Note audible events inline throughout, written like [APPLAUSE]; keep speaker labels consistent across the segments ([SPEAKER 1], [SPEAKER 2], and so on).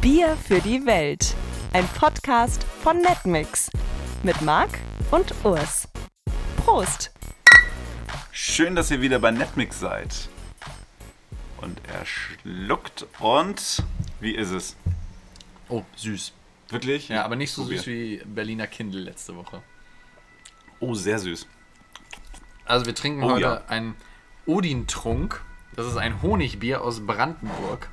[SPEAKER 1] Bier für die Welt. Ein Podcast von Netmix mit Marc und Urs. Prost!
[SPEAKER 2] Schön, dass ihr wieder bei Netmix seid. Und er schluckt und wie ist es?
[SPEAKER 3] Oh, süß.
[SPEAKER 2] Wirklich?
[SPEAKER 3] Ja, aber nicht so
[SPEAKER 2] Probier.
[SPEAKER 3] süß wie Berliner Kindle letzte Woche.
[SPEAKER 2] Oh, sehr süß.
[SPEAKER 3] Also wir trinken
[SPEAKER 2] Oh,
[SPEAKER 3] heute
[SPEAKER 2] ja.
[SPEAKER 3] einen Odintrunk. Das ist ein Honigbier aus Brandenburg.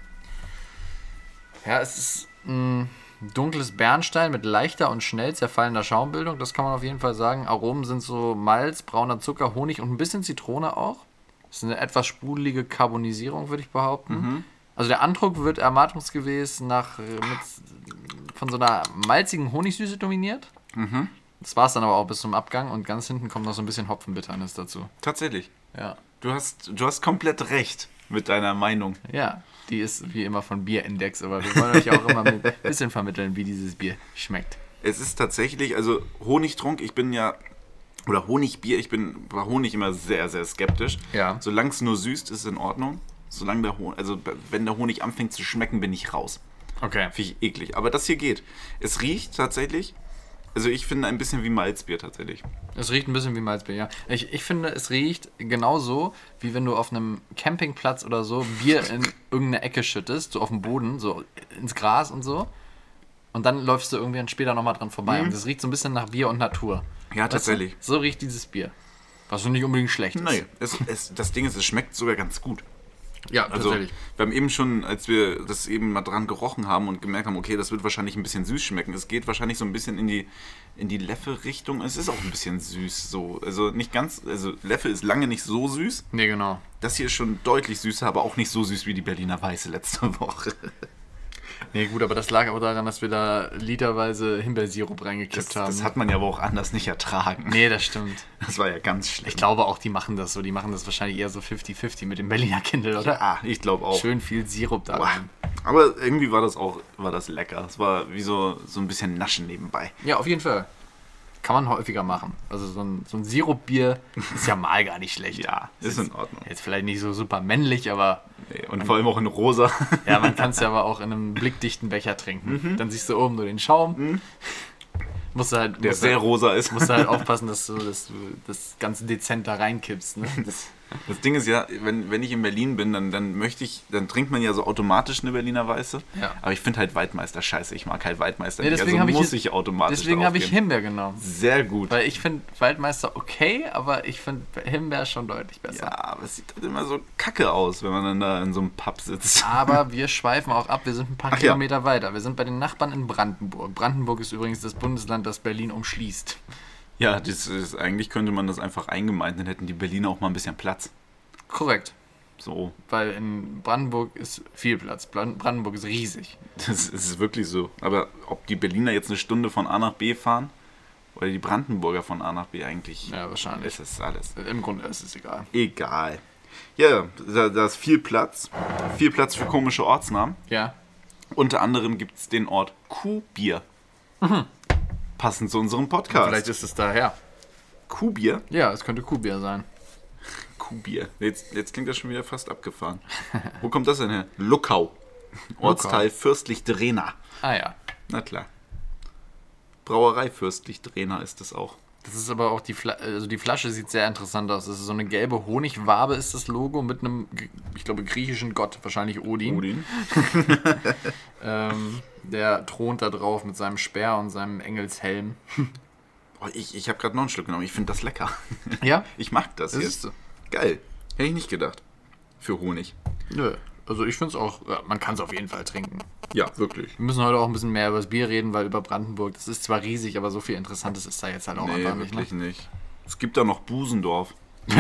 [SPEAKER 3] Ja, es ist ein dunkles Bernstein mit leichter und schnell zerfallender Schaumbildung. Das kann man auf jeden Fall sagen. Aromen sind so Malz, brauner Zucker, Honig und ein bisschen Zitrone auch. Das ist eine etwas sprudelige Carbonisierung, würde ich behaupten. Also der Andruck wird erwartungsgemäß nach, äh, mit, von so einer malzigen Honigsüße dominiert. Das war es dann aber auch bis zum Abgang und ganz hinten kommt noch so ein bisschen Hopfenbitternis dazu.
[SPEAKER 2] Tatsächlich.
[SPEAKER 3] Ja.
[SPEAKER 2] Du hast, du hast komplett recht mit deiner Meinung.
[SPEAKER 3] Ja, die ist wie immer von Bierindex, aber wir wollen euch auch immer mit ein bisschen vermitteln, wie dieses Bier schmeckt.
[SPEAKER 2] Es ist tatsächlich, also Honigtrunk, ich bin ja, oder Honigbier, ich bin bei Honig immer sehr, sehr skeptisch.
[SPEAKER 3] Ja.
[SPEAKER 2] Solange es nur süßt, ist es in Ordnung. Solange der Honig, also wenn der Honig anfängt zu schmecken, bin ich raus.
[SPEAKER 3] Okay.
[SPEAKER 2] Finde ich eklig. Aber das hier geht. Es riecht tatsächlich, also ich finde ein bisschen wie Malzbier tatsächlich.
[SPEAKER 3] Es riecht ein bisschen wie Malzbier, ja. Ich, ich finde, es riecht genauso, wie wenn du auf einem Campingplatz oder so Bier in irgendeine Ecke schüttest, so auf dem Boden, so ins Gras und so. Und dann läufst du irgendwie dann später nochmal dran vorbei. Und es riecht so ein bisschen nach Bier und Natur.
[SPEAKER 2] Ja, tatsächlich.
[SPEAKER 3] Weißt du? So riecht dieses Bier. Was nicht unbedingt schlecht ist.
[SPEAKER 2] Nein, es, es, das Ding ist, es schmeckt sogar ganz gut.
[SPEAKER 3] Ja,
[SPEAKER 2] Also, wir
[SPEAKER 3] tatsächlich.
[SPEAKER 2] haben eben schon, als wir das eben mal dran gerochen haben und gemerkt haben, okay, das wird wahrscheinlich ein bisschen süß schmecken. Es geht wahrscheinlich so ein bisschen in die, in die Leffe-Richtung. Es ist auch ein bisschen süß so. Also nicht ganz, also Leffe ist lange nicht so süß.
[SPEAKER 3] Nee, genau.
[SPEAKER 2] Das hier ist schon deutlich süßer, aber auch nicht so süß wie die Berliner Weiße letzte Woche.
[SPEAKER 3] Nee, gut, aber das lag auch daran, dass wir da literweise Himbeersirup reingekippt
[SPEAKER 2] Das,
[SPEAKER 3] haben.
[SPEAKER 2] das hat man ja aber auch anders nicht ertragen.
[SPEAKER 3] nee, das stimmt.
[SPEAKER 2] Das war ja ganz schlecht.
[SPEAKER 3] Ich glaube auch, die machen das so. Die machen das wahrscheinlich eher so 50-50 mit dem Berliner Kindle, oder?
[SPEAKER 2] ah, ich glaube auch.
[SPEAKER 3] Schön viel Sirup da.
[SPEAKER 2] Boah.
[SPEAKER 3] rein.
[SPEAKER 2] Aber irgendwie war das auch, war das lecker. Es war wie so, so ein bisschen Naschen nebenbei.
[SPEAKER 3] Ja, auf jeden Fall. Kann man häufiger machen. Also so ein, so
[SPEAKER 2] [LAUGHS]
[SPEAKER 3] ein Sirupbier ist ja mal gar nicht schlecht.
[SPEAKER 2] ist in Ordnung.
[SPEAKER 3] Jetzt vielleicht nicht so super männlich, aber
[SPEAKER 2] Nee, Und vor allem auch in rosa.
[SPEAKER 3] ja, man kann es ja aber auch in einem blickdichten Becher
[SPEAKER 2] Mhm.
[SPEAKER 3] trinken. Dann siehst du oben nur den Schaum. Musst du
[SPEAKER 2] [LAUGHS]
[SPEAKER 3] halt,
[SPEAKER 2] Der
[SPEAKER 3] musst du
[SPEAKER 2] sehr
[SPEAKER 3] halt,
[SPEAKER 2] rosa ist.
[SPEAKER 3] musst du halt aufpassen, dass du, dass du das Ganze dezent da reinkippst. Ne?
[SPEAKER 2] [LAUGHS]
[SPEAKER 3] Das,
[SPEAKER 2] Das Ding ist ja, wenn, wenn ich in Berlin bin, dann, dann möchte ich, dann trinkt man ja so automatisch eine Berliner Weiße.
[SPEAKER 3] Ja.
[SPEAKER 2] Aber ich finde halt Waldmeister scheiße. Ich mag halt Waldmeister
[SPEAKER 3] Nee,
[SPEAKER 2] nicht.
[SPEAKER 3] deswegen
[SPEAKER 2] Also
[SPEAKER 3] hab ich
[SPEAKER 2] muss
[SPEAKER 3] hier-
[SPEAKER 2] ich automatisch
[SPEAKER 3] deswegen
[SPEAKER 2] darauf
[SPEAKER 3] habe ich
[SPEAKER 2] gehen.
[SPEAKER 3] Himbeer genommen.
[SPEAKER 2] Sehr gut.
[SPEAKER 3] Weil ich finde Waldmeister okay, aber ich finde Himbeer schon deutlich besser.
[SPEAKER 2] ja, aber es sieht halt immer so kacke aus, wenn man dann da in so einem Pub [LAUGHS] sitzt.
[SPEAKER 3] Aber wir schweifen auch ab. Wir sind ein paar
[SPEAKER 2] Ach ja.
[SPEAKER 3] Kilometer weiter. Wir sind bei den Nachbarn in Brandenburg. Brandenburg ist übrigens das Bundesland, das Berlin umschließt.
[SPEAKER 2] Ja, das ist, eigentlich könnte man das einfach eingemeinden, dann hätten die Berliner auch mal ein bisschen Platz.
[SPEAKER 3] Korrekt.
[SPEAKER 2] So,
[SPEAKER 3] Weil in Brandenburg ist viel Platz. Bran- Brandenburg ist riesig.
[SPEAKER 2] das ist wirklich so. Aber ob die Berliner jetzt eine Stunde von A nach B fahren oder die Brandenburger von A nach B eigentlich,
[SPEAKER 3] Ja, wahrscheinlich.
[SPEAKER 2] es ist alles.
[SPEAKER 3] Im Grunde ist es egal.
[SPEAKER 2] Egal. Ja, da, da ist viel Platz. Viel Platz für komische Ortsnamen.
[SPEAKER 3] Ja.
[SPEAKER 2] Unter anderem gibt es den Ort Kuhbier. Passend zu unserem Podcast.
[SPEAKER 3] Mhm. Vielleicht ist es daher.
[SPEAKER 2] Kuhbier.
[SPEAKER 3] Ja, es könnte Kuhbier sein.
[SPEAKER 2] Kuhbier. Jetzt, jetzt klingt das schon wieder fast abgefahren. Wo kommt das denn her? Luckau. Ortsteil Fürstlich Drehna.
[SPEAKER 3] Ah ja.
[SPEAKER 2] Na klar. Brauerei Fürstlich Drehna ist das auch.
[SPEAKER 3] Das ist aber auch die Flasche, also die Flasche sieht sehr interessant aus. Das ist so eine gelbe Honigwabe ist das Logo mit einem, ich glaube, griechischen Gott, wahrscheinlich Odin.
[SPEAKER 2] Odin.
[SPEAKER 3] Ähm, der thront da drauf mit seinem Speer und seinem Engelshelm.
[SPEAKER 2] Oh, ich ich habe gerade noch ein Stück genommen. Ich finde das lecker. [LAUGHS]
[SPEAKER 3] Ja?
[SPEAKER 2] Ich mag das,
[SPEAKER 3] Das
[SPEAKER 2] jetzt.
[SPEAKER 3] ist-
[SPEAKER 2] Geil. Hätte ich nicht gedacht. Für Honig.
[SPEAKER 3] Nö. Also ich finde es auch, ja, man kann es auf jeden Fall trinken.
[SPEAKER 2] Ja, wirklich.
[SPEAKER 3] Wir müssen heute auch ein bisschen mehr über das Bier reden, weil über Brandenburg, das ist zwar riesig, aber so viel Interessantes ist da jetzt halt auch
[SPEAKER 2] Nee,
[SPEAKER 3] einfach
[SPEAKER 2] wirklich
[SPEAKER 3] nicht. Ne?
[SPEAKER 2] nicht, Es gibt da noch
[SPEAKER 3] [LAUGHS]
[SPEAKER 2] Busendorf. [LAUGHS]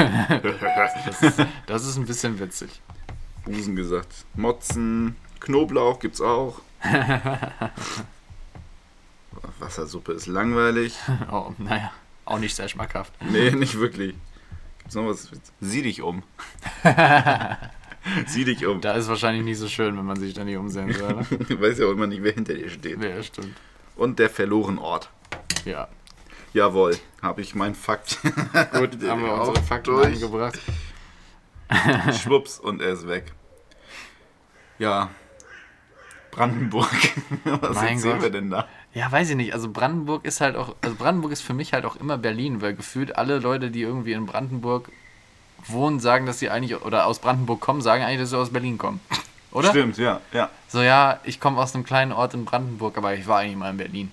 [SPEAKER 3] Das ist ein bisschen witzig. [LAUGHS]
[SPEAKER 2] Busen gesagt. Motzen, Knoblauch gibt's
[SPEAKER 3] [LAUGHS]
[SPEAKER 2] auch. Wassersuppe ist langweilig.
[SPEAKER 3] Oh, naja, auch nicht sehr schmackhaft.
[SPEAKER 2] Nee, nicht wirklich. Gibt's noch was? Sieh dich
[SPEAKER 3] [LAUGHS]
[SPEAKER 2] um. Sieh dich um.
[SPEAKER 3] Da ist wahrscheinlich nicht so schön, wenn man sich da nicht umsehen soll. Ne?
[SPEAKER 2] Du weißt ja auch immer nicht, wer hinter dir [LAUGHS] steht.
[SPEAKER 3] ja, stimmt.
[SPEAKER 2] Und der verlorene Ort.
[SPEAKER 3] Ja.
[SPEAKER 2] Jawohl, habe ich meinen Fakt.
[SPEAKER 3] [LAUGHS]
[SPEAKER 2] [LAUGHS]
[SPEAKER 3] Gut, haben wir
[SPEAKER 2] auch
[SPEAKER 3] unsere Fakten
[SPEAKER 2] durch.
[SPEAKER 3] angebracht.
[SPEAKER 2] Schwupps und er ist weg. Ja. Brandenburg. [LAUGHS] Was
[SPEAKER 3] Mein
[SPEAKER 2] sehen
[SPEAKER 3] Gott.
[SPEAKER 2] wir denn da?
[SPEAKER 3] Ja, weiß ich nicht. Also Brandenburg ist halt auch, also Brandenburg ist für mich halt auch immer Berlin, weil gefühlt alle Leute, die irgendwie in Brandenburg wohnen, sagen, dass sie eigentlich, oder aus Brandenburg kommen, sagen eigentlich, dass sie aus Berlin kommen. Oder?
[SPEAKER 2] Stimmt, ja, ja.
[SPEAKER 3] So, ja, ich komme aus einem kleinen Ort in Brandenburg, aber ich war eigentlich mal in Berlin.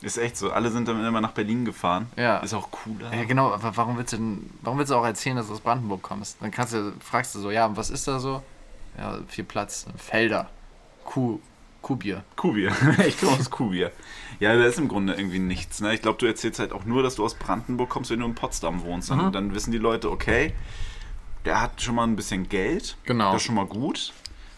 [SPEAKER 2] Ist echt so. Alle sind dann immer nach Berlin gefahren.
[SPEAKER 3] Ja.
[SPEAKER 2] Ist auch cooler.
[SPEAKER 3] Ja, genau, aber warum willst du denn, warum willst du auch erzählen, dass du aus Brandenburg kommst? Dann kannst du, fragst du so, ja, und was ist da so? Ja, viel Platz, Felder, Kuh, Kuhbier.
[SPEAKER 2] Kubier. [LAUGHS] Ich komme aus Kubier. Ja, da ist im Grunde irgendwie nichts. Ne? Ich glaube, du erzählst halt auch nur, dass du aus Brandenburg kommst, wenn du in Potsdam wohnst.
[SPEAKER 3] Mhm.
[SPEAKER 2] Dann, dann wissen die Leute, okay, der hat schon mal ein bisschen Geld.
[SPEAKER 3] Genau.
[SPEAKER 2] Das ist schon mal gut.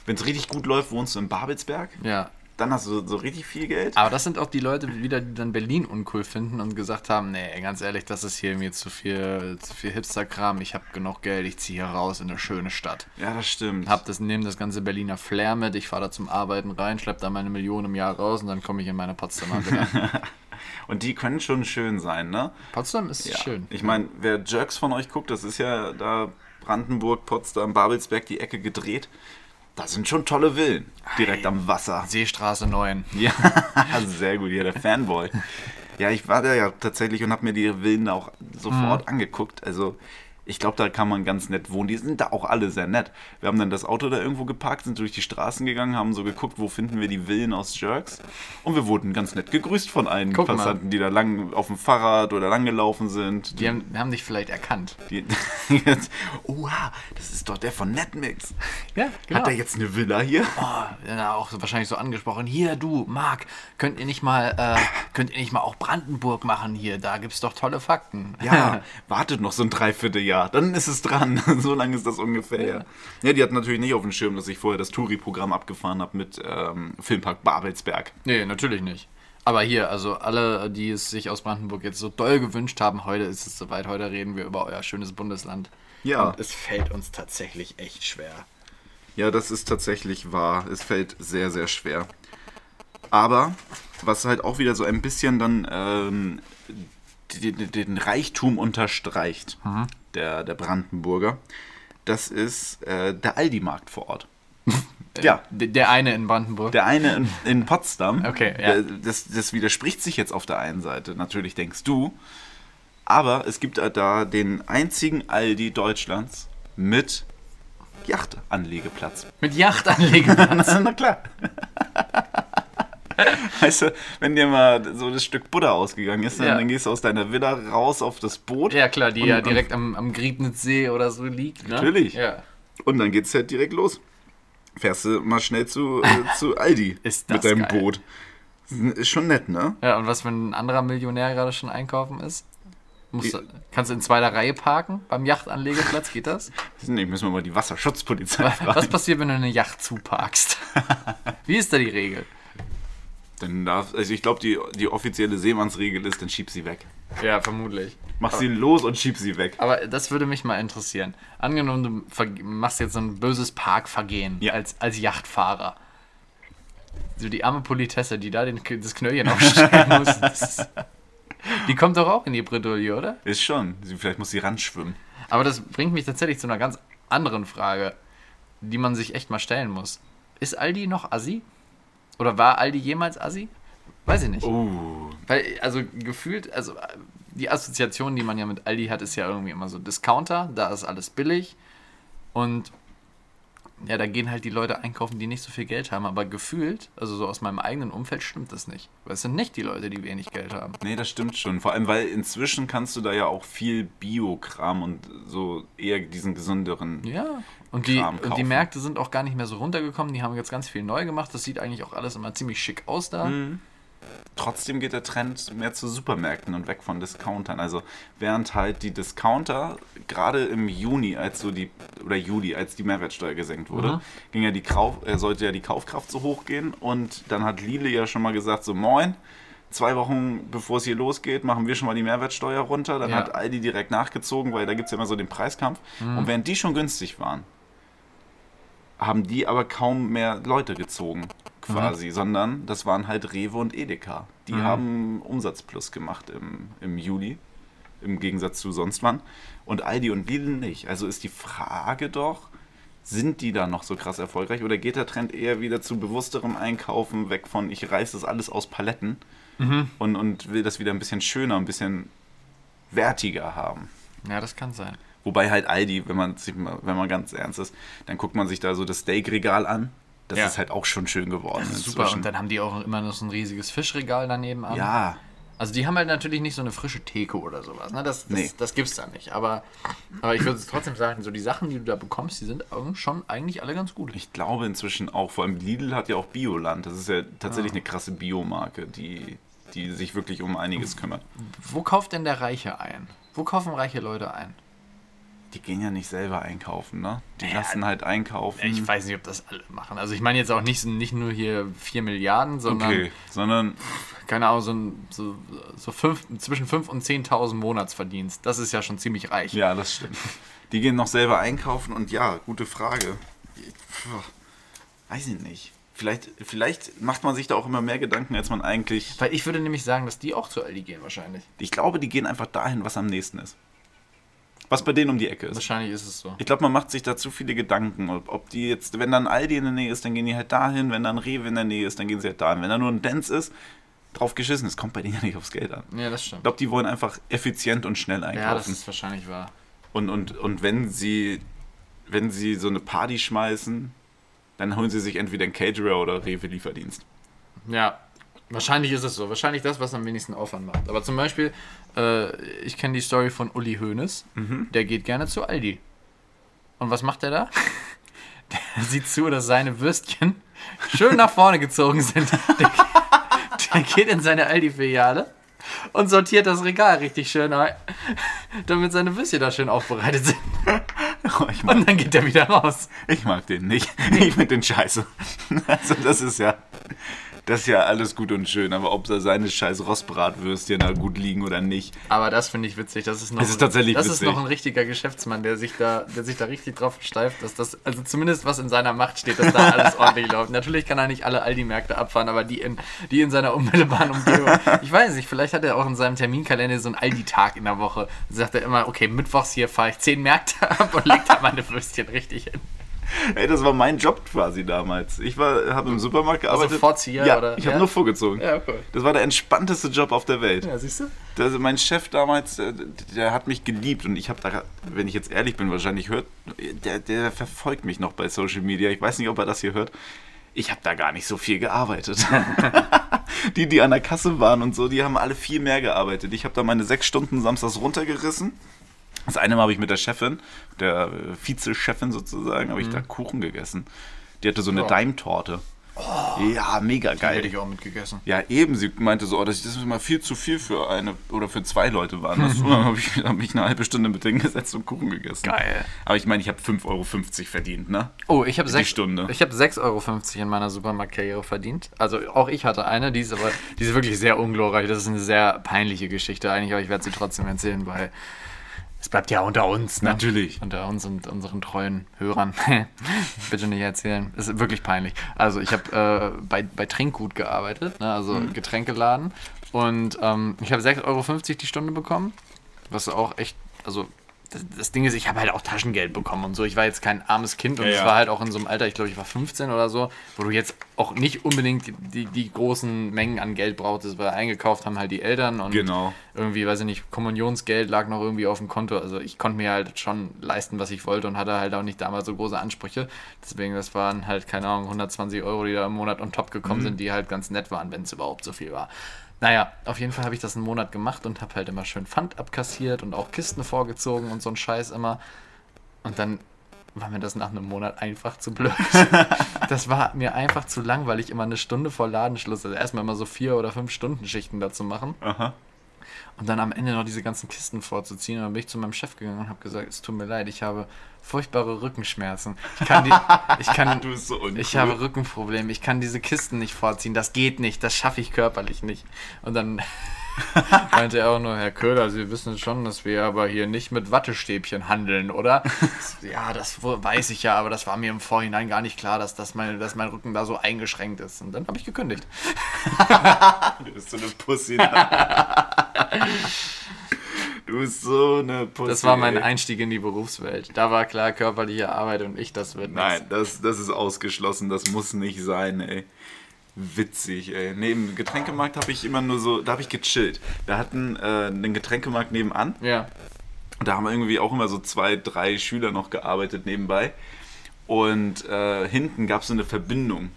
[SPEAKER 2] Wenn es richtig gut läuft, wohnst du in Babelsberg.
[SPEAKER 3] Ja,
[SPEAKER 2] Dann hast du so richtig viel Geld.
[SPEAKER 3] Aber das sind auch die Leute wieder, die dann Berlin uncool finden und gesagt haben, nee, ganz ehrlich, das ist hier mir zu viel, zu viel Hipster-Kram, ich habe genug Geld, ich ziehe hier raus in eine schöne Stadt.
[SPEAKER 2] Ja, das stimmt.
[SPEAKER 3] Hab das, nehm das ganze Berliner Flair mit, ich fahre da zum Arbeiten rein, schlepp da meine Millionen im Jahr raus und dann komme ich in meine Potsdamer wieder.
[SPEAKER 2] Und die können schon schön sein, ne?
[SPEAKER 3] Potsdam ist
[SPEAKER 2] Ja.
[SPEAKER 3] schön.
[SPEAKER 2] Ich meine, wer Jerks von euch guckt, das ist ja da Brandenburg, Potsdam, Babelsberg, die Ecke gedreht. Da sind schon tolle Villen. Direkt am Wasser.
[SPEAKER 3] Seestraße 9.
[SPEAKER 2] Ja, sehr gut, ja, der Fanboy. Ja, ich war da ja tatsächlich und habe mir die Villen auch sofort
[SPEAKER 3] Mhm.
[SPEAKER 2] angeguckt. Also, ich glaube, da kann man ganz nett wohnen. Die sind da auch alle sehr nett. Wir haben dann das Auto da irgendwo geparkt, sind durch die Straßen gegangen, haben so geguckt, wo finden wir die Villen aus Jerks. Und wir wurden ganz nett gegrüßt von allen
[SPEAKER 3] Guck mal.
[SPEAKER 2] Passanten, die da lang auf dem Fahrrad oder lang gelaufen sind.
[SPEAKER 3] Die haben, haben dich vielleicht erkannt.
[SPEAKER 2] Die, [LAUGHS] oha, das ist doch der von Netmix.
[SPEAKER 3] Ja, genau.
[SPEAKER 2] Hat er jetzt eine Villa hier?
[SPEAKER 3] Oh, ja, auch so, wahrscheinlich so angesprochen. Hier, du, Marc, könnt ihr nicht mal, äh, könnt ihr nicht mal auch Brandenburg machen hier? Da gibt's doch tolle Fakten.
[SPEAKER 2] Ja, wartet noch so ein Dreivierteljahr, dann ist es dran. [LAUGHS] So lange ist das ungefähr. Ja, ja die hat natürlich nicht auf dem Schirm, dass ich vorher das Touri-Programm abgefahren habe mit ähm, Filmpark Babelsberg.
[SPEAKER 3] Nee, natürlich nicht. Aber hier, also alle, die es sich aus Brandenburg jetzt so doll gewünscht haben, heute ist es soweit. Heute reden wir über euer schönes Bundesland.
[SPEAKER 2] Ja.
[SPEAKER 3] Und es fällt uns tatsächlich echt schwer.
[SPEAKER 2] Ja, das ist tatsächlich wahr. Es fällt sehr, sehr schwer. Aber was halt auch wieder so ein bisschen dann ähm, die- die- den Reichtum unterstreicht, der, der Brandenburger, das ist äh, der Aldi-Markt vor Ort. ja,
[SPEAKER 3] D der eine in Brandenburg.
[SPEAKER 2] der eine in, in Potsdam.
[SPEAKER 3] Okay, ja.
[SPEAKER 2] äh, Das, das widerspricht sich jetzt auf der einen Seite. Natürlich denkst du. Aber es gibt halt da den einzigen Aldi Deutschlands mit
[SPEAKER 3] [LAUGHS]
[SPEAKER 2] Yachtanlegeplatz. [LAUGHS]
[SPEAKER 3] mit Yachtanleger.
[SPEAKER 2] Na, na klar. Weißt du, wenn dir mal so das Stück Butter ausgegangen ist, dann,
[SPEAKER 3] Ja.
[SPEAKER 2] dann gehst du aus deiner Villa raus auf das Boot.
[SPEAKER 3] ja, klar, die
[SPEAKER 2] Und-
[SPEAKER 3] ja
[SPEAKER 2] und-
[SPEAKER 3] direkt am, am Griebnitzsee oder so liegt. Ne?
[SPEAKER 2] Natürlich.
[SPEAKER 3] Ja.
[SPEAKER 2] Und dann geht's halt direkt los. Fährst du mal schnell zu,
[SPEAKER 3] [LAUGHS]
[SPEAKER 2] äh, zu Aldi
[SPEAKER 3] Ist
[SPEAKER 2] mit
[SPEAKER 3] das
[SPEAKER 2] deinem
[SPEAKER 3] geil.
[SPEAKER 2] Boot. Ist schon nett, ne?
[SPEAKER 3] ja, und was, wenn ein anderer Millionär gerade schon einkaufen ist? Musst du, kannst du in zweiter Reihe parken? Beim Yachtanlegeplatz
[SPEAKER 2] [LAUGHS]
[SPEAKER 3] geht das?
[SPEAKER 2] Nee, müssen wir mal die Wasserschutzpolizei fragen.
[SPEAKER 3] Was passiert, wenn du eine Yacht
[SPEAKER 2] [LAUGHS]
[SPEAKER 3] zuparkst? Wie ist da die Regel?
[SPEAKER 2] Dann darf, also ich glaube, die, die offizielle Seemannsregel ist, dann schieb sie weg.
[SPEAKER 3] Ja, vermutlich.
[SPEAKER 2] Mach sie los und schieb sie weg.
[SPEAKER 3] Aber das würde mich mal interessieren. Angenommen, du ver- machst jetzt so ein böses Parkvergehen
[SPEAKER 2] Ja.
[SPEAKER 3] als, als Yachtfahrer. So die arme Politesse, die da den, K- das Knöllchen aufstellen muss. das ist- Die kommt doch auch in die Bredouille, oder?
[SPEAKER 2] Ist schon. Sie, vielleicht muss sie ranschwimmen.
[SPEAKER 3] Aber das bringt mich tatsächlich zu einer ganz anderen Frage, die man sich echt mal stellen muss. Ist Aldi noch Assi? Oder war Aldi jemals Assi? Weiß ich nicht.
[SPEAKER 2] Oh.
[SPEAKER 3] Weil, also gefühlt, also äh, die Assoziation, die man ja mit Aldi hat, ist ja irgendwie immer so Discounter, da ist alles billig und ja, da gehen halt die Leute einkaufen, die nicht so viel Geld haben, aber gefühlt, also so aus meinem eigenen Umfeld stimmt das nicht. Weil es sind nicht die Leute, die wenig Geld haben.
[SPEAKER 2] Nee, das stimmt schon. Vor allem, weil inzwischen kannst du da ja auch viel Bio-Kram und so eher diesen gesünderen.
[SPEAKER 3] Ja. Und die,
[SPEAKER 2] Kram
[SPEAKER 3] und die
[SPEAKER 2] kaufen.
[SPEAKER 3] Märkte sind auch gar nicht mehr so runtergekommen, die haben jetzt ganz viel neu gemacht, das sieht eigentlich auch alles immer ziemlich schick aus da.
[SPEAKER 2] Mhm. Trotzdem geht der Trend mehr zu Supermärkten und weg von Discountern. Also während halt die Discounter gerade im Juni, als so die oder Juli, als die Mehrwertsteuer gesenkt wurde,
[SPEAKER 3] Mhm.
[SPEAKER 2] ging ja die Kauf, äh, sollte ja die Kaufkraft so hoch gehen und dann hat Lille ja schon mal gesagt so Moin. Zwei Wochen bevor es hier losgeht, machen wir schon mal die Mehrwertsteuer runter. Dann
[SPEAKER 3] Ja.
[SPEAKER 2] hat Aldi direkt nachgezogen, weil da gibt es ja immer so den Preiskampf. Und während die schon günstig waren, haben die aber kaum mehr Leute gezogen, quasi, sondern das waren halt Rewe und Edeka. Die haben Umsatzplus gemacht im, im Juli, im Gegensatz zu sonst wann. Und Aldi und Lidl nicht. Also ist die Frage doch, Sind die da noch so krass erfolgreich oder geht der Trend eher wieder zu bewussterem Einkaufen, weg von ich reiß das alles aus Paletten und, und will das wieder ein bisschen schöner, ein bisschen wertiger haben?
[SPEAKER 3] Ja, das kann sein.
[SPEAKER 2] Wobei halt Aldi, wenn man, sich mal, wenn man ganz ernst ist, dann guckt man sich da so das Steakregal an. Das
[SPEAKER 3] Ja.
[SPEAKER 2] ist halt auch schon schön geworden.
[SPEAKER 3] Super.
[SPEAKER 2] inzwischen.
[SPEAKER 3] Und dann haben die auch immer noch so ein riesiges Fischregal daneben an.
[SPEAKER 2] ja,
[SPEAKER 3] Also die haben halt natürlich nicht so eine frische Theke oder sowas. Ne? Das, das,
[SPEAKER 2] Nee.
[SPEAKER 3] das gibt's da nicht. Aber, aber ich würde trotzdem sagen, so die Sachen, die du da bekommst, die sind auch schon eigentlich alle ganz gut.
[SPEAKER 2] ich glaube inzwischen auch. Vor allem Lidl hat ja auch Bioland. Das ist ja tatsächlich
[SPEAKER 3] Ah.
[SPEAKER 2] eine krasse Biomarke, die, die sich wirklich um
[SPEAKER 3] Oh.
[SPEAKER 2] einiges kümmert.
[SPEAKER 3] Wo kauft denn der Reiche ein? Wo kaufen reiche Leute ein?
[SPEAKER 2] Die gehen ja nicht selber einkaufen, ne? Die lassen halt einkaufen.
[SPEAKER 3] Ich weiß nicht, ob das alle machen. Also ich meine jetzt auch nicht, nicht nur hier 4 Milliarden, sondern
[SPEAKER 2] okay, sondern
[SPEAKER 3] keine Ahnung, so, ein- so, so fünf, zwischen 5.000 und 10.000 Monatsverdienst. Das ist ja schon ziemlich reich.
[SPEAKER 2] ja, das stimmt. Die gehen noch selber einkaufen und ja, gute Frage. Ich- puh, Weiß ich nicht. Vielleicht, vielleicht macht man sich da auch immer mehr Gedanken, als man eigentlich.
[SPEAKER 3] Weil ich würde nämlich sagen, dass die auch zu Aldi gehen wahrscheinlich.
[SPEAKER 2] Ich glaube, die gehen einfach dahin, was am nächsten ist. Was bei denen um die Ecke ist.
[SPEAKER 3] Wahrscheinlich ist es so.
[SPEAKER 2] Ich glaube, man macht sich da zu viele Gedanken. Ob, ob die jetzt, wenn dann Aldi in der Nähe ist, dann gehen die halt dahin. Wenn dann Rewe in der Nähe ist, dann gehen sie halt dahin. Wenn da nur ein Dance ist, drauf geschissen. Es kommt bei denen ja nicht aufs Geld an.
[SPEAKER 3] Ja, das stimmt.
[SPEAKER 2] Ich glaube, die wollen einfach effizient und schnell
[SPEAKER 3] Ja, das
[SPEAKER 2] einkaufen.
[SPEAKER 3] ist wahrscheinlich wahr.
[SPEAKER 2] und, und, und wenn sie wenn sie so eine Party schmeißen, dann holen sie sich entweder einen Caterer oder Rewe-Lieferdienst. [LAUGHS]
[SPEAKER 3] Ja, wahrscheinlich ist es so. Wahrscheinlich das, was am wenigsten Aufwand macht. Aber zum Beispiel, äh, ich kenne die Story von Uli Hoeneß. Der geht gerne zu Aldi. Und was macht er da? [LAUGHS] Der sieht zu, dass seine Würstchen schön nach vorne gezogen sind. Der, der geht in seine Aldi-Filiale und sortiert das Regal richtig schön, ein, damit seine Würstchen da schön aufbereitet sind.
[SPEAKER 2] Ich mag,
[SPEAKER 3] Und dann geht er wieder raus.
[SPEAKER 2] ich mag den nicht. [LAUGHS] Ich finde den scheiße. [LAUGHS] Also das ist ja das ist ja alles gut und schön, aber ob da seine scheiß Rostbratwürstchen da gut liegen oder nicht,
[SPEAKER 3] Aber das finde ich witzig. Das ist noch,
[SPEAKER 2] Es ist tatsächlich
[SPEAKER 3] das ist
[SPEAKER 2] witzig.
[SPEAKER 3] noch ein richtiger Geschäftsmann, der sich da, der sich da richtig drauf versteift, dass das, also zumindest was in seiner Macht steht, dass da alles ordentlich läuft. Natürlich kann er nicht alle Aldi-Märkte abfahren, aber die in, die in seiner unmittelbaren Umgebung. Ich weiß nicht, vielleicht hat er auch in seinem Terminkalender so einen Aldi-Tag in der Woche. Da sagt er immer, okay, mittwochs hier fahre ich zehn Märkte [LAUGHS] ab und leg da meine Würstchen richtig hin.
[SPEAKER 2] Ey, das war mein Job quasi damals. Ich war, habe im Supermarkt gearbeitet.
[SPEAKER 3] Vorzieher
[SPEAKER 2] ja,
[SPEAKER 3] oder-
[SPEAKER 2] Ich habe
[SPEAKER 3] Also ja?
[SPEAKER 2] nur vorgezogen.
[SPEAKER 3] Ja, cool.
[SPEAKER 2] Das war der entspannteste Job auf der Welt.
[SPEAKER 3] Ja, siehst du?
[SPEAKER 2] Das, Also mein Chef damals, der, der hat mich geliebt und ich habe da, wenn ich jetzt ehrlich bin, wahrscheinlich hört, der, der verfolgt mich noch bei Social Media. Ich weiß nicht, ob er das hier hört. Ich habe da gar nicht so viel
[SPEAKER 3] [LAUGHS]
[SPEAKER 2] gearbeitet. die, die an der Kasse waren und so, die haben alle viel mehr gearbeitet. Ich habe da meine sechs Stunden samstags runtergerissen. Das eine Mal habe ich mit der Chefin, der äh, Vize-Chefin sozusagen, habe ich da Kuchen gegessen. Die hatte so eine
[SPEAKER 3] Mhm. Ja. Oh.
[SPEAKER 2] Daimtorte. ja, mega geil.
[SPEAKER 3] Hätte ich auch mitgegessen.
[SPEAKER 2] Ja, eben. Sie meinte so, oh, das ist immer viel zu viel für eine oder für zwei Leute waren.
[SPEAKER 3] [LAUGHS]
[SPEAKER 2] Das. Und dann habe ich, hab ich eine halbe Stunde mit hingesetzt und Kuchen gegessen.
[SPEAKER 3] Geil.
[SPEAKER 2] Aber ich meine, ich habe 5,50 Euro verdient, ne?
[SPEAKER 3] Oh, ich habe sechs-
[SPEAKER 2] Stunde.
[SPEAKER 3] Ich habe 6,50 Euro in meiner Supermarktkarriere verdient. Also auch ich hatte eine, die ist aber die ist wirklich sehr unglaublich. Das ist eine sehr peinliche Geschichte eigentlich, aber ich werde sie trotzdem erzählen, weil es bleibt ja unter uns. Ne?
[SPEAKER 2] Natürlich.
[SPEAKER 3] Unter uns und unseren treuen Hörern. [LAUGHS] Bitte nicht erzählen. Ist wirklich peinlich. Also ich habe äh, bei, bei Trinkgut gearbeitet, ne? also
[SPEAKER 2] Mhm.
[SPEAKER 3] Getränkeladen. Und ähm, ich habe 6,50 Euro die Stunde bekommen. Was auch echt, also das, das Ding ist, ich habe halt auch Taschengeld bekommen und so. Ich war jetzt kein armes Kind und
[SPEAKER 2] Ja,
[SPEAKER 3] es
[SPEAKER 2] ja.
[SPEAKER 3] war halt auch in so einem Alter, ich glaube, ich war 15 oder so, wo du jetzt auch nicht unbedingt die, die, die großen Mengen an Geld brauchtest, weil eingekauft haben halt die Eltern und
[SPEAKER 2] Genau.
[SPEAKER 3] irgendwie, weiß ich nicht, Kommunionsgeld lag noch irgendwie auf dem Konto. Also ich konnte mir halt schon leisten, was ich wollte und hatte halt auch nicht damals so große Ansprüche. Deswegen, das waren halt, keine Ahnung, 120 Euro, die da im Monat on top gekommen sind, die halt ganz nett waren, wenn es überhaupt so viel war. Naja, auf jeden Fall habe ich das einen Monat gemacht und habe halt immer schön Pfand abkassiert und auch Kisten vorgezogen und so ein Scheiß immer. Und dann war mir das nach einem Monat einfach zu blöd. [LAUGHS] das war mir einfach zu langweilig, immer eine Stunde vor Ladenschluss, also erstmal immer so vier oder fünf Stunden Schichten dazu machen.
[SPEAKER 2] Aha.
[SPEAKER 3] Und dann am Ende noch diese ganzen Kisten vorzuziehen. Und dann bin ich zu meinem Chef gegangen und habe gesagt, es tut mir leid, ich habe furchtbare Rückenschmerzen. Ich kann die, ich kann,
[SPEAKER 2] [LAUGHS] Du bist so uncool.
[SPEAKER 3] ich habe Rückenprobleme. Ich kann diese Kisten nicht vorziehen. Das geht nicht. Das schaffe ich körperlich nicht. Und dann meinte er auch nur, Herr Köhler, Sie wissen schon, dass wir aber hier nicht mit Wattestäbchen handeln, oder? ja, das wo- weiß ich ja, aber das war mir im Vorhinein gar nicht klar, dass, das mein, dass mein Rücken da so eingeschränkt ist. Und dann habe ich gekündigt. [LAUGHS]
[SPEAKER 2] Du bist so eine Pussy. ne? du Du bist so eine Pussy.
[SPEAKER 3] Das war mein
[SPEAKER 2] ey.
[SPEAKER 3] Einstieg in die Berufswelt. Da war klar, körperliche Arbeit und ich, das wird
[SPEAKER 2] Nein, das, das ist ausgeschlossen, das muss nicht sein, ey. Witzig, ey. Neben Getränkemarkt habe ich immer nur so, da habe ich gechillt. Da hatten äh, einen Getränkemarkt nebenan
[SPEAKER 3] nichts. Ja.
[SPEAKER 2] und da haben irgendwie auch immer so zwei, drei Schüler noch gearbeitet nebenbei. Und äh, hinten gab es so eine Verbindung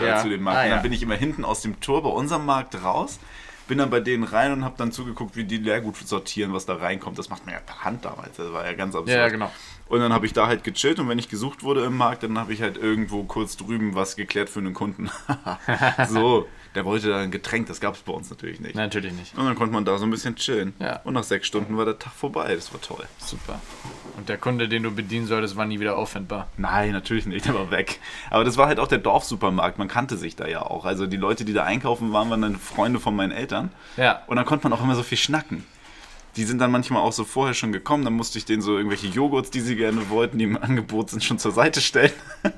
[SPEAKER 2] äh,
[SPEAKER 3] Ja.
[SPEAKER 2] zu dem Markt.
[SPEAKER 3] Ah,
[SPEAKER 2] und dann
[SPEAKER 3] ja.
[SPEAKER 2] bin ich immer hinten aus dem Tor bei unserem Markt raus, bin dann bei denen rein und habe dann zugeguckt, wie die Leergut sortieren, was da reinkommt. Das macht man ja per Hand damals. Das war ja ganz absurd.
[SPEAKER 3] Ja, genau.
[SPEAKER 2] Und dann habe ich da halt gechillt und wenn ich gesucht wurde im Markt, dann habe ich halt irgendwo kurz drüben was geklärt für einen Kunden. [LAUGHS] so, der wollte da ein Getränk, das gab es bei uns natürlich nicht.
[SPEAKER 3] Natürlich nicht.
[SPEAKER 2] Und dann konnte man da so ein bisschen chillen.
[SPEAKER 3] Ja.
[SPEAKER 2] Und nach sechs Stunden war der Tag vorbei, das war toll.
[SPEAKER 3] Super. Und der Kunde, den du bedienen solltest, war nie wieder auffindbar.
[SPEAKER 2] Nein, natürlich nicht, der war weg. Aber das war halt auch der Dorfsupermarkt, man kannte sich da ja auch. Also die Leute, die da einkaufen waren, waren dann Freunde von meinen Eltern.
[SPEAKER 3] Ja.
[SPEAKER 2] Und dann konnte man auch immer so viel schnacken. Die sind dann manchmal auch so vorher schon gekommen, dann musste ich denen so irgendwelche Joghurts, die sie gerne wollten, die im Angebot sind, schon zur Seite stellen. [LAUGHS]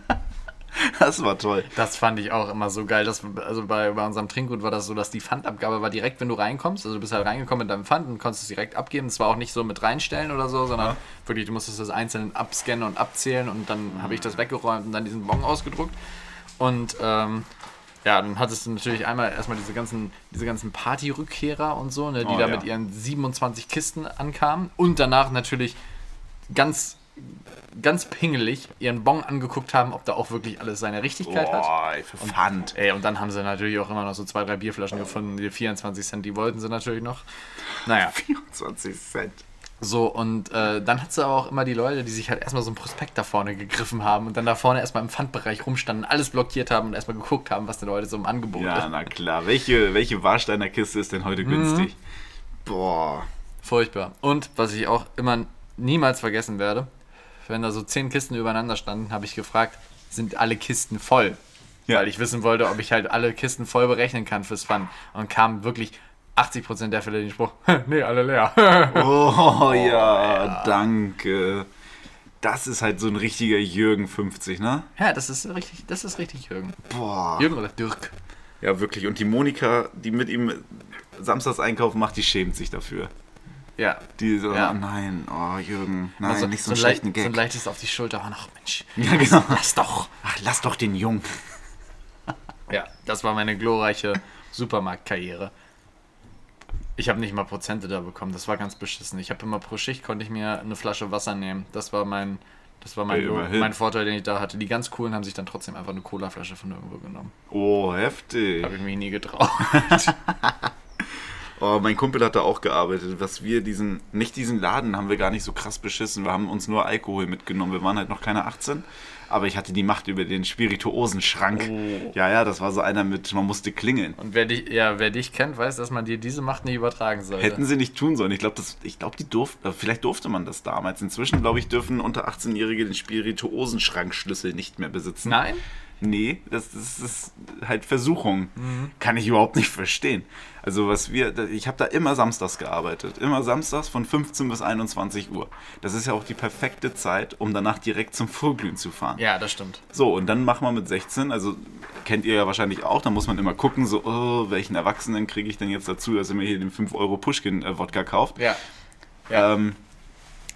[SPEAKER 2] das war toll.
[SPEAKER 3] Das fand ich auch immer so geil. Das, also bei, bei unserem Trinkgut war das so, dass die Pfandabgabe war direkt, wenn du reinkommst. Also du bist halt reingekommen mit deinem Pfand und konntest es direkt abgeben. Es war auch nicht so mit reinstellen oder so, sondern wirklich, du musstest das einzeln abscannen und abzählen. Und dann habe ich das weggeräumt und dann diesen Bon ausgedruckt. Und ähm, ja, dann hattest du natürlich einmal erstmal diese ganzen, diese ganzen Party-Rückkehrer und so, ne, die
[SPEAKER 2] Oh,
[SPEAKER 3] da
[SPEAKER 2] ja.
[SPEAKER 3] mit ihren 27 Kisten ankamen. Und danach natürlich ganz ganz pingelig ihren Bon angeguckt haben, ob da auch wirklich alles seine Richtigkeit hat.
[SPEAKER 2] Boah, ey, für Pfand.
[SPEAKER 3] Ey, und dann haben sie natürlich auch immer noch so zwei, drei Bierflaschen gefunden. Die 24 Cent, die wollten sie natürlich noch.
[SPEAKER 2] [LAUGHS]
[SPEAKER 3] Naja,
[SPEAKER 2] 24 Cent.
[SPEAKER 3] so und äh, dann hat sie aber auch immer die Leute, die sich halt erstmal so ein Prospekt da vorne gegriffen haben und dann da vorne erstmal im Pfandbereich rumstanden, alles blockiert haben und erstmal geguckt haben, was die Leute so im Angebot
[SPEAKER 2] Ja,
[SPEAKER 3] ja.
[SPEAKER 2] na klar. Welche, welche Warsteiner Kiste ist denn heute günstig? Mhm. Boah.
[SPEAKER 3] Furchtbar. Und was ich auch immer niemals vergessen werde, wenn da so zehn Kisten übereinander standen, habe ich gefragt, sind alle Kisten voll?
[SPEAKER 2] Ja.
[SPEAKER 3] Weil ich wissen wollte, ob ich halt alle Kisten voll berechnen kann fürs Fun. Und kam wirklich 80% der Fälle den Spruch, [LAUGHS] nee, alle leer. [LAUGHS]
[SPEAKER 2] Oh, ja, danke. Das ist halt so ein richtiger Jürgen 50, ne?
[SPEAKER 3] ja, das ist richtig, das ist richtig Jürgen.
[SPEAKER 2] Boah.
[SPEAKER 3] Jürgen oder Dirk?
[SPEAKER 2] Ja, wirklich. Und die Monika, die mit ihm samstags Einkauf macht, die schämt sich dafür.
[SPEAKER 3] Ja.
[SPEAKER 2] Die so,
[SPEAKER 3] Ja.
[SPEAKER 2] oh nein, oh Jürgen, nein,
[SPEAKER 3] Also,
[SPEAKER 2] nicht so einen
[SPEAKER 3] ein
[SPEAKER 2] schlechten
[SPEAKER 3] leicht- So ein
[SPEAKER 2] Gag.
[SPEAKER 3] leichtes auf die Schulter, aber noch, Mensch,
[SPEAKER 2] [LAUGHS] ja, genau.
[SPEAKER 3] lass doch.
[SPEAKER 2] Ach, lass doch den Jungen.
[SPEAKER 3] Ja, das war meine glorreiche Supermarktkarriere. Ich habe nicht mal Prozente da bekommen, das war ganz beschissen. Ich habe immer pro Schicht konnte ich mir eine Flasche Wasser nehmen. Das war mein das war mein,
[SPEAKER 2] Ja,
[SPEAKER 3] Lo-
[SPEAKER 2] immerhin.
[SPEAKER 3] mein Vorteil, den ich da hatte. Die ganz coolen haben sich dann trotzdem einfach eine Colaflasche von irgendwo genommen.
[SPEAKER 2] Oh, heftig.
[SPEAKER 3] Habe ich mich nie getraut.
[SPEAKER 2] Oh, mein Kumpel hat da auch gearbeitet. Was wir diesen, nicht diesen Laden haben wir gar nicht so krass beschissen. Wir haben uns nur Alkohol mitgenommen. Wir waren halt noch keine 18. Aber ich hatte die Macht über den Spirituosenschrank. Ja, ja, das war so einer mit, man musste klingeln.
[SPEAKER 3] Und wer dich ja, wer dich kennt, weiß, dass man dir diese Macht nicht übertragen sollte.
[SPEAKER 2] Hätten sie nicht tun sollen. Ich glaube, glaub, die durften, äh, vielleicht durfte man das damals. Inzwischen, glaube ich, dürfen unter 18-Jährige den Spirituosenschrankschlüssel nicht mehr besitzen.
[SPEAKER 3] Nein?
[SPEAKER 2] Nee, das, das ist halt Versuchung. Kann ich überhaupt nicht verstehen. Also was wir, da- ich habe da immer samstags gearbeitet. Immer samstags von 15 bis 21 Uhr. Das ist ja auch die perfekte Zeit, um danach direkt zum Vorglühen zu fahren.
[SPEAKER 3] Ja, das stimmt.
[SPEAKER 2] So, und dann machen wir mit 16, also kennt ihr ja wahrscheinlich auch, da muss man immer gucken, so, oh, welchen Erwachsenen kriege ich denn jetzt dazu, dass er mir hier den 5-Euro-Pushkin-Wodka äh, kauft.
[SPEAKER 3] Ja.
[SPEAKER 2] Ähm,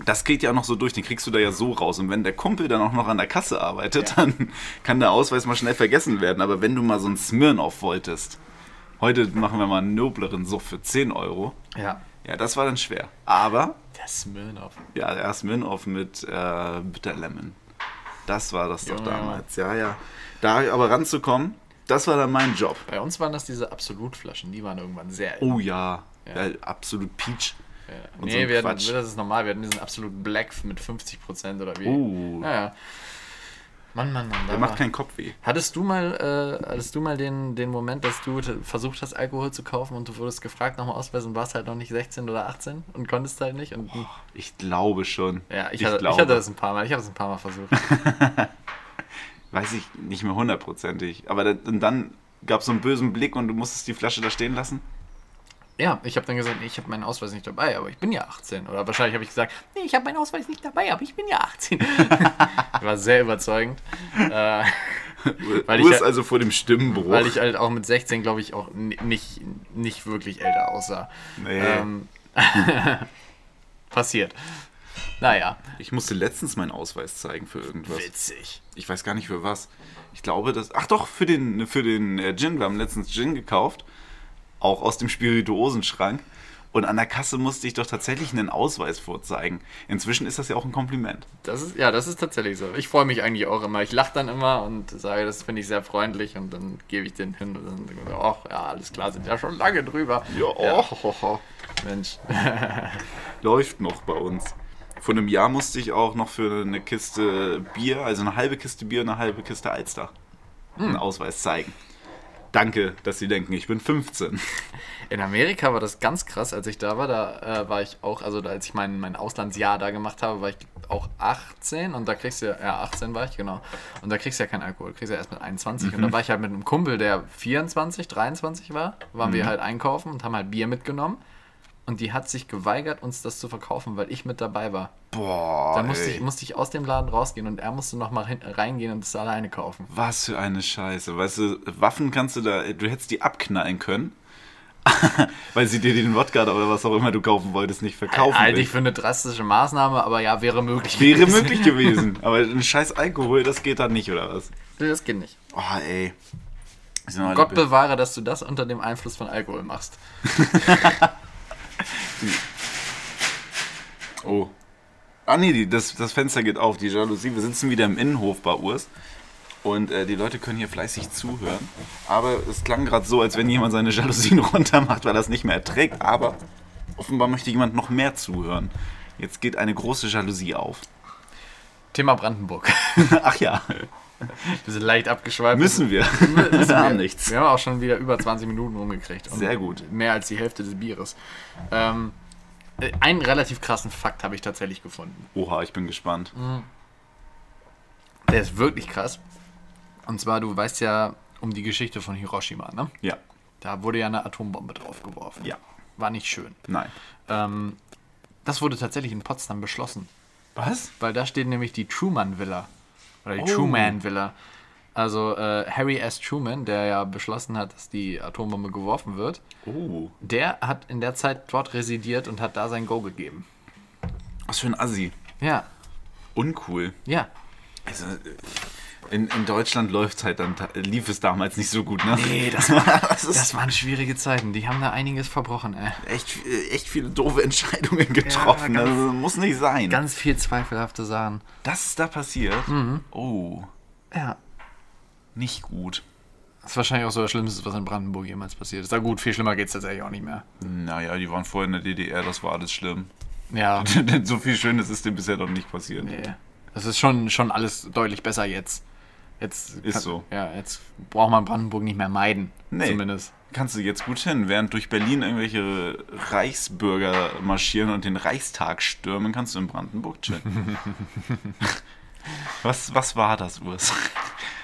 [SPEAKER 2] das geht ja auch noch so durch, den kriegst du da ja so raus. Und wenn der Kumpel dann auch noch an der Kasse arbeitet,
[SPEAKER 3] Ja.
[SPEAKER 2] dann kann der Ausweis mal schnell vergessen werden. Aber wenn du mal so einen Smirnoff wolltest, heute machen wir mal einen nobleren Suff für 10 Euro.
[SPEAKER 3] Ja.
[SPEAKER 2] Ja, das war dann schwer. Aber,
[SPEAKER 3] Der Smirnoff.
[SPEAKER 2] ja, der Smirnoff mit äh, Bitter Lemon. Das war das doch
[SPEAKER 3] Junge,
[SPEAKER 2] damals. Ja, ja. Da aber ranzukommen, das war dann mein Job.
[SPEAKER 3] Bei uns waren das diese Absolutflaschen, die waren irgendwann sehr.
[SPEAKER 2] Oh ja,
[SPEAKER 3] Ja.
[SPEAKER 2] ja. absolut Peach.
[SPEAKER 3] Ja.
[SPEAKER 2] Und so
[SPEAKER 3] Nee,
[SPEAKER 2] ein
[SPEAKER 3] wir hatten,
[SPEAKER 2] Quatsch.
[SPEAKER 3] das ist normal. Wir hatten diesen absoluten Black mit 50% oder wie.
[SPEAKER 2] Oh.
[SPEAKER 3] Naja. Mann, Mann, Mann.
[SPEAKER 2] Der macht keinen Kopfweh.
[SPEAKER 3] hattest du mal, äh, hattest du mal den, den Moment, dass du t- versucht hast, Alkohol zu kaufen und du wurdest gefragt nach dem Ausweis und warst halt noch nicht 16 oder 18 und konntest halt nicht? Und,
[SPEAKER 2] Oh, Ich glaube schon.
[SPEAKER 3] ja, ich, hatte, ich hatte das ein paar Mal. Ich habe das ein paar Mal versucht.
[SPEAKER 2] weiß ich nicht mehr hundertprozentig. Aber da, und dann gab es so einen bösen Blick und du musstest die Flasche da stehen lassen.
[SPEAKER 3] ja, ich habe dann gesagt, nee, ich habe meinen Ausweis nicht dabei, aber ich bin ja 18. Oder wahrscheinlich habe ich gesagt, nee, ich habe meinen Ausweis nicht dabei, aber ich bin ja 18. War sehr überzeugend. Äh, Weil
[SPEAKER 2] du
[SPEAKER 3] ich
[SPEAKER 2] bist
[SPEAKER 3] ja-
[SPEAKER 2] also vor dem Stimmbruch.
[SPEAKER 3] Weil ich halt auch mit 16, glaube ich, Ähm. auch ni- nicht, nicht wirklich älter aussah.
[SPEAKER 2] nee.
[SPEAKER 3] Ähm, [LAUGHS] Passiert. Naja,
[SPEAKER 2] Ich musste letztens meinen Ausweis zeigen für irgendwas.
[SPEAKER 3] witzig.
[SPEAKER 2] Ich weiß gar nicht für was. Ich glaube, dass. Ach doch, für den, für den äh, Gin. Wir haben letztens Gin gekauft. Auch aus dem Spirituosenschrank. Und an der Kasse musste ich doch tatsächlich einen Ausweis vorzeigen. Inzwischen ist das ja auch ein Kompliment.
[SPEAKER 3] Das ist, ja, das ist tatsächlich so. Ich freue mich eigentlich auch immer. Ich lache dann immer und sage, das finde ich sehr freundlich und dann gebe ich den hin und dann denke ich so, ach ja, alles klar, sind ja schon lange drüber.
[SPEAKER 2] Ja,
[SPEAKER 3] ja. Mensch.
[SPEAKER 2] Läuft noch bei uns. Vor einem Jahr musste ich auch noch für eine Kiste Bier, also eine halbe Kiste Bier und eine halbe Kiste Alster,
[SPEAKER 3] Hm.
[SPEAKER 2] einen Ausweis zeigen. Danke, dass Sie denken, ich bin 15.
[SPEAKER 3] In Amerika war das ganz krass, als ich da war. Da äh, war ich auch, also da, als ich mein, mein Auslandsjahr da gemacht habe, war ich auch 18 und da kriegst du ja, ja, 18 war ich, genau. Und da kriegst du ja keinen Alkohol, kriegst du ja erst mit 21.
[SPEAKER 2] Mhm.
[SPEAKER 3] Und da war ich halt mit einem Kumpel, der 24, 23 war, waren
[SPEAKER 2] Mhm.
[SPEAKER 3] wir halt einkaufen und haben halt Bier mitgenommen. Und die hat sich geweigert, uns das zu verkaufen, weil ich mit dabei war.
[SPEAKER 2] Boah.
[SPEAKER 3] Da musste
[SPEAKER 2] ey.
[SPEAKER 3] ich, musste ich aus dem Laden rausgehen und er musste nochmal reingehen und das alleine kaufen.
[SPEAKER 2] Was für eine Scheiße. Weißt du, Waffen kannst du da, du hättest die abknallen können, [LAUGHS] weil sie dir den Wodka oder was auch immer du kaufen wolltest, nicht verkaufen.
[SPEAKER 3] Halte
[SPEAKER 2] will.
[SPEAKER 3] ich für eine drastische Maßnahme, aber ja, wäre möglich.
[SPEAKER 2] Wäre möglich gewesen. Aber ein scheiß Alkohol, das geht dann nicht, oder was?
[SPEAKER 3] [LAUGHS] Das geht nicht.
[SPEAKER 2] Oh, ey. Ist noch
[SPEAKER 3] Gott
[SPEAKER 2] alle-
[SPEAKER 3] bewahre, dass du das unter dem Einfluss von Alkohol machst.
[SPEAKER 2] Oh. Ah, nee, die, das, das Fenster geht auf, die Jalousie. Wir sitzen wieder im Innenhof bei Urs. Und äh, die Leute können hier fleißig zuhören. Aber es klang gerade so, als wenn jemand seine Jalousien [LAUGHS] runtermacht, weil er es nicht mehr erträgt. Aber offenbar möchte jemand noch mehr zuhören. Jetzt geht eine große Jalousie auf. [LAUGHS]
[SPEAKER 3] Thema Brandenburg. [LAUGHS]
[SPEAKER 2] Ach ja,
[SPEAKER 3] Wir sind leicht
[SPEAKER 2] [LAUGHS]
[SPEAKER 3] abgeschweift.
[SPEAKER 2] müssen wir.
[SPEAKER 3] Müssen
[SPEAKER 2] Wir
[SPEAKER 3] wir. [LAUGHS]
[SPEAKER 2] haben nichts.
[SPEAKER 3] Wir haben auch schon wieder über 20 Minuten rumgekriegt. Und
[SPEAKER 2] Sehr gut.
[SPEAKER 3] Mehr als die Hälfte des Bieres. Ähm, äh, einen relativ krassen Fakt habe ich tatsächlich gefunden.
[SPEAKER 2] Oha, ich bin gespannt.
[SPEAKER 3] Der ist wirklich krass. Und zwar, du weißt ja um die Geschichte von Hiroshima, ne?
[SPEAKER 2] Ja,
[SPEAKER 3] Da wurde ja eine Atombombe draufgeworfen.
[SPEAKER 2] Ja.
[SPEAKER 3] War nicht schön.
[SPEAKER 2] nein.
[SPEAKER 3] Ähm, das wurde tatsächlich in Potsdam beschlossen.
[SPEAKER 2] Was?
[SPEAKER 3] weil da steht nämlich die Truman Villa. Oder die
[SPEAKER 2] Oh.
[SPEAKER 3] Truman Villa. Also äh, Harry S. Truman, der ja beschlossen hat, dass die Atombombe geworfen wird,
[SPEAKER 2] Oh,
[SPEAKER 3] der hat in der Zeit dort residiert und hat da sein Go gegeben.
[SPEAKER 2] was für ein Assi.
[SPEAKER 3] Ja,
[SPEAKER 2] Uncool.
[SPEAKER 3] ja.
[SPEAKER 2] Also, äh, in, in Deutschland läuft's halt dann, ta- lief es damals nicht so gut, ne?
[SPEAKER 3] Nee,
[SPEAKER 2] [LAUGHS]
[SPEAKER 3] das,
[SPEAKER 2] das ist
[SPEAKER 3] das waren schwierige Zeiten. Die haben da einiges verbrochen, ey.
[SPEAKER 2] echt, äh, echt viele doofe Entscheidungen getroffen. Also,
[SPEAKER 3] ganz-
[SPEAKER 2] das muss nicht sein.
[SPEAKER 3] Ganz Mhm. viel zweifelhafte Sachen.
[SPEAKER 2] das ist da passiert. Oh,
[SPEAKER 3] Ja.
[SPEAKER 2] nicht gut.
[SPEAKER 3] Das ist wahrscheinlich auch so das Schlimmste, was in Brandenburg jemals passiert ist. Na gut, viel schlimmer geht's tatsächlich auch nicht mehr.
[SPEAKER 2] Naja, die waren vorher in der DDR, das war alles schlimm. [LAUGHS]
[SPEAKER 3] Ja.
[SPEAKER 2] Denn so viel Schönes ist dem bisher noch nicht passiert.
[SPEAKER 3] Nee. Das ist schon, schon alles deutlich besser jetzt. Jetzt
[SPEAKER 2] Ist so.
[SPEAKER 3] Ja, jetzt braucht man Brandenburg nicht mehr meiden.
[SPEAKER 2] Nee.
[SPEAKER 3] Zumindest.
[SPEAKER 2] Kannst du jetzt gut hin, während durch Berlin irgendwelche Reichsbürger marschieren und den Reichstag stürmen, kannst du in Brandenburg chillen.
[SPEAKER 3] [LAUGHS]
[SPEAKER 2] was, was war das, Urs?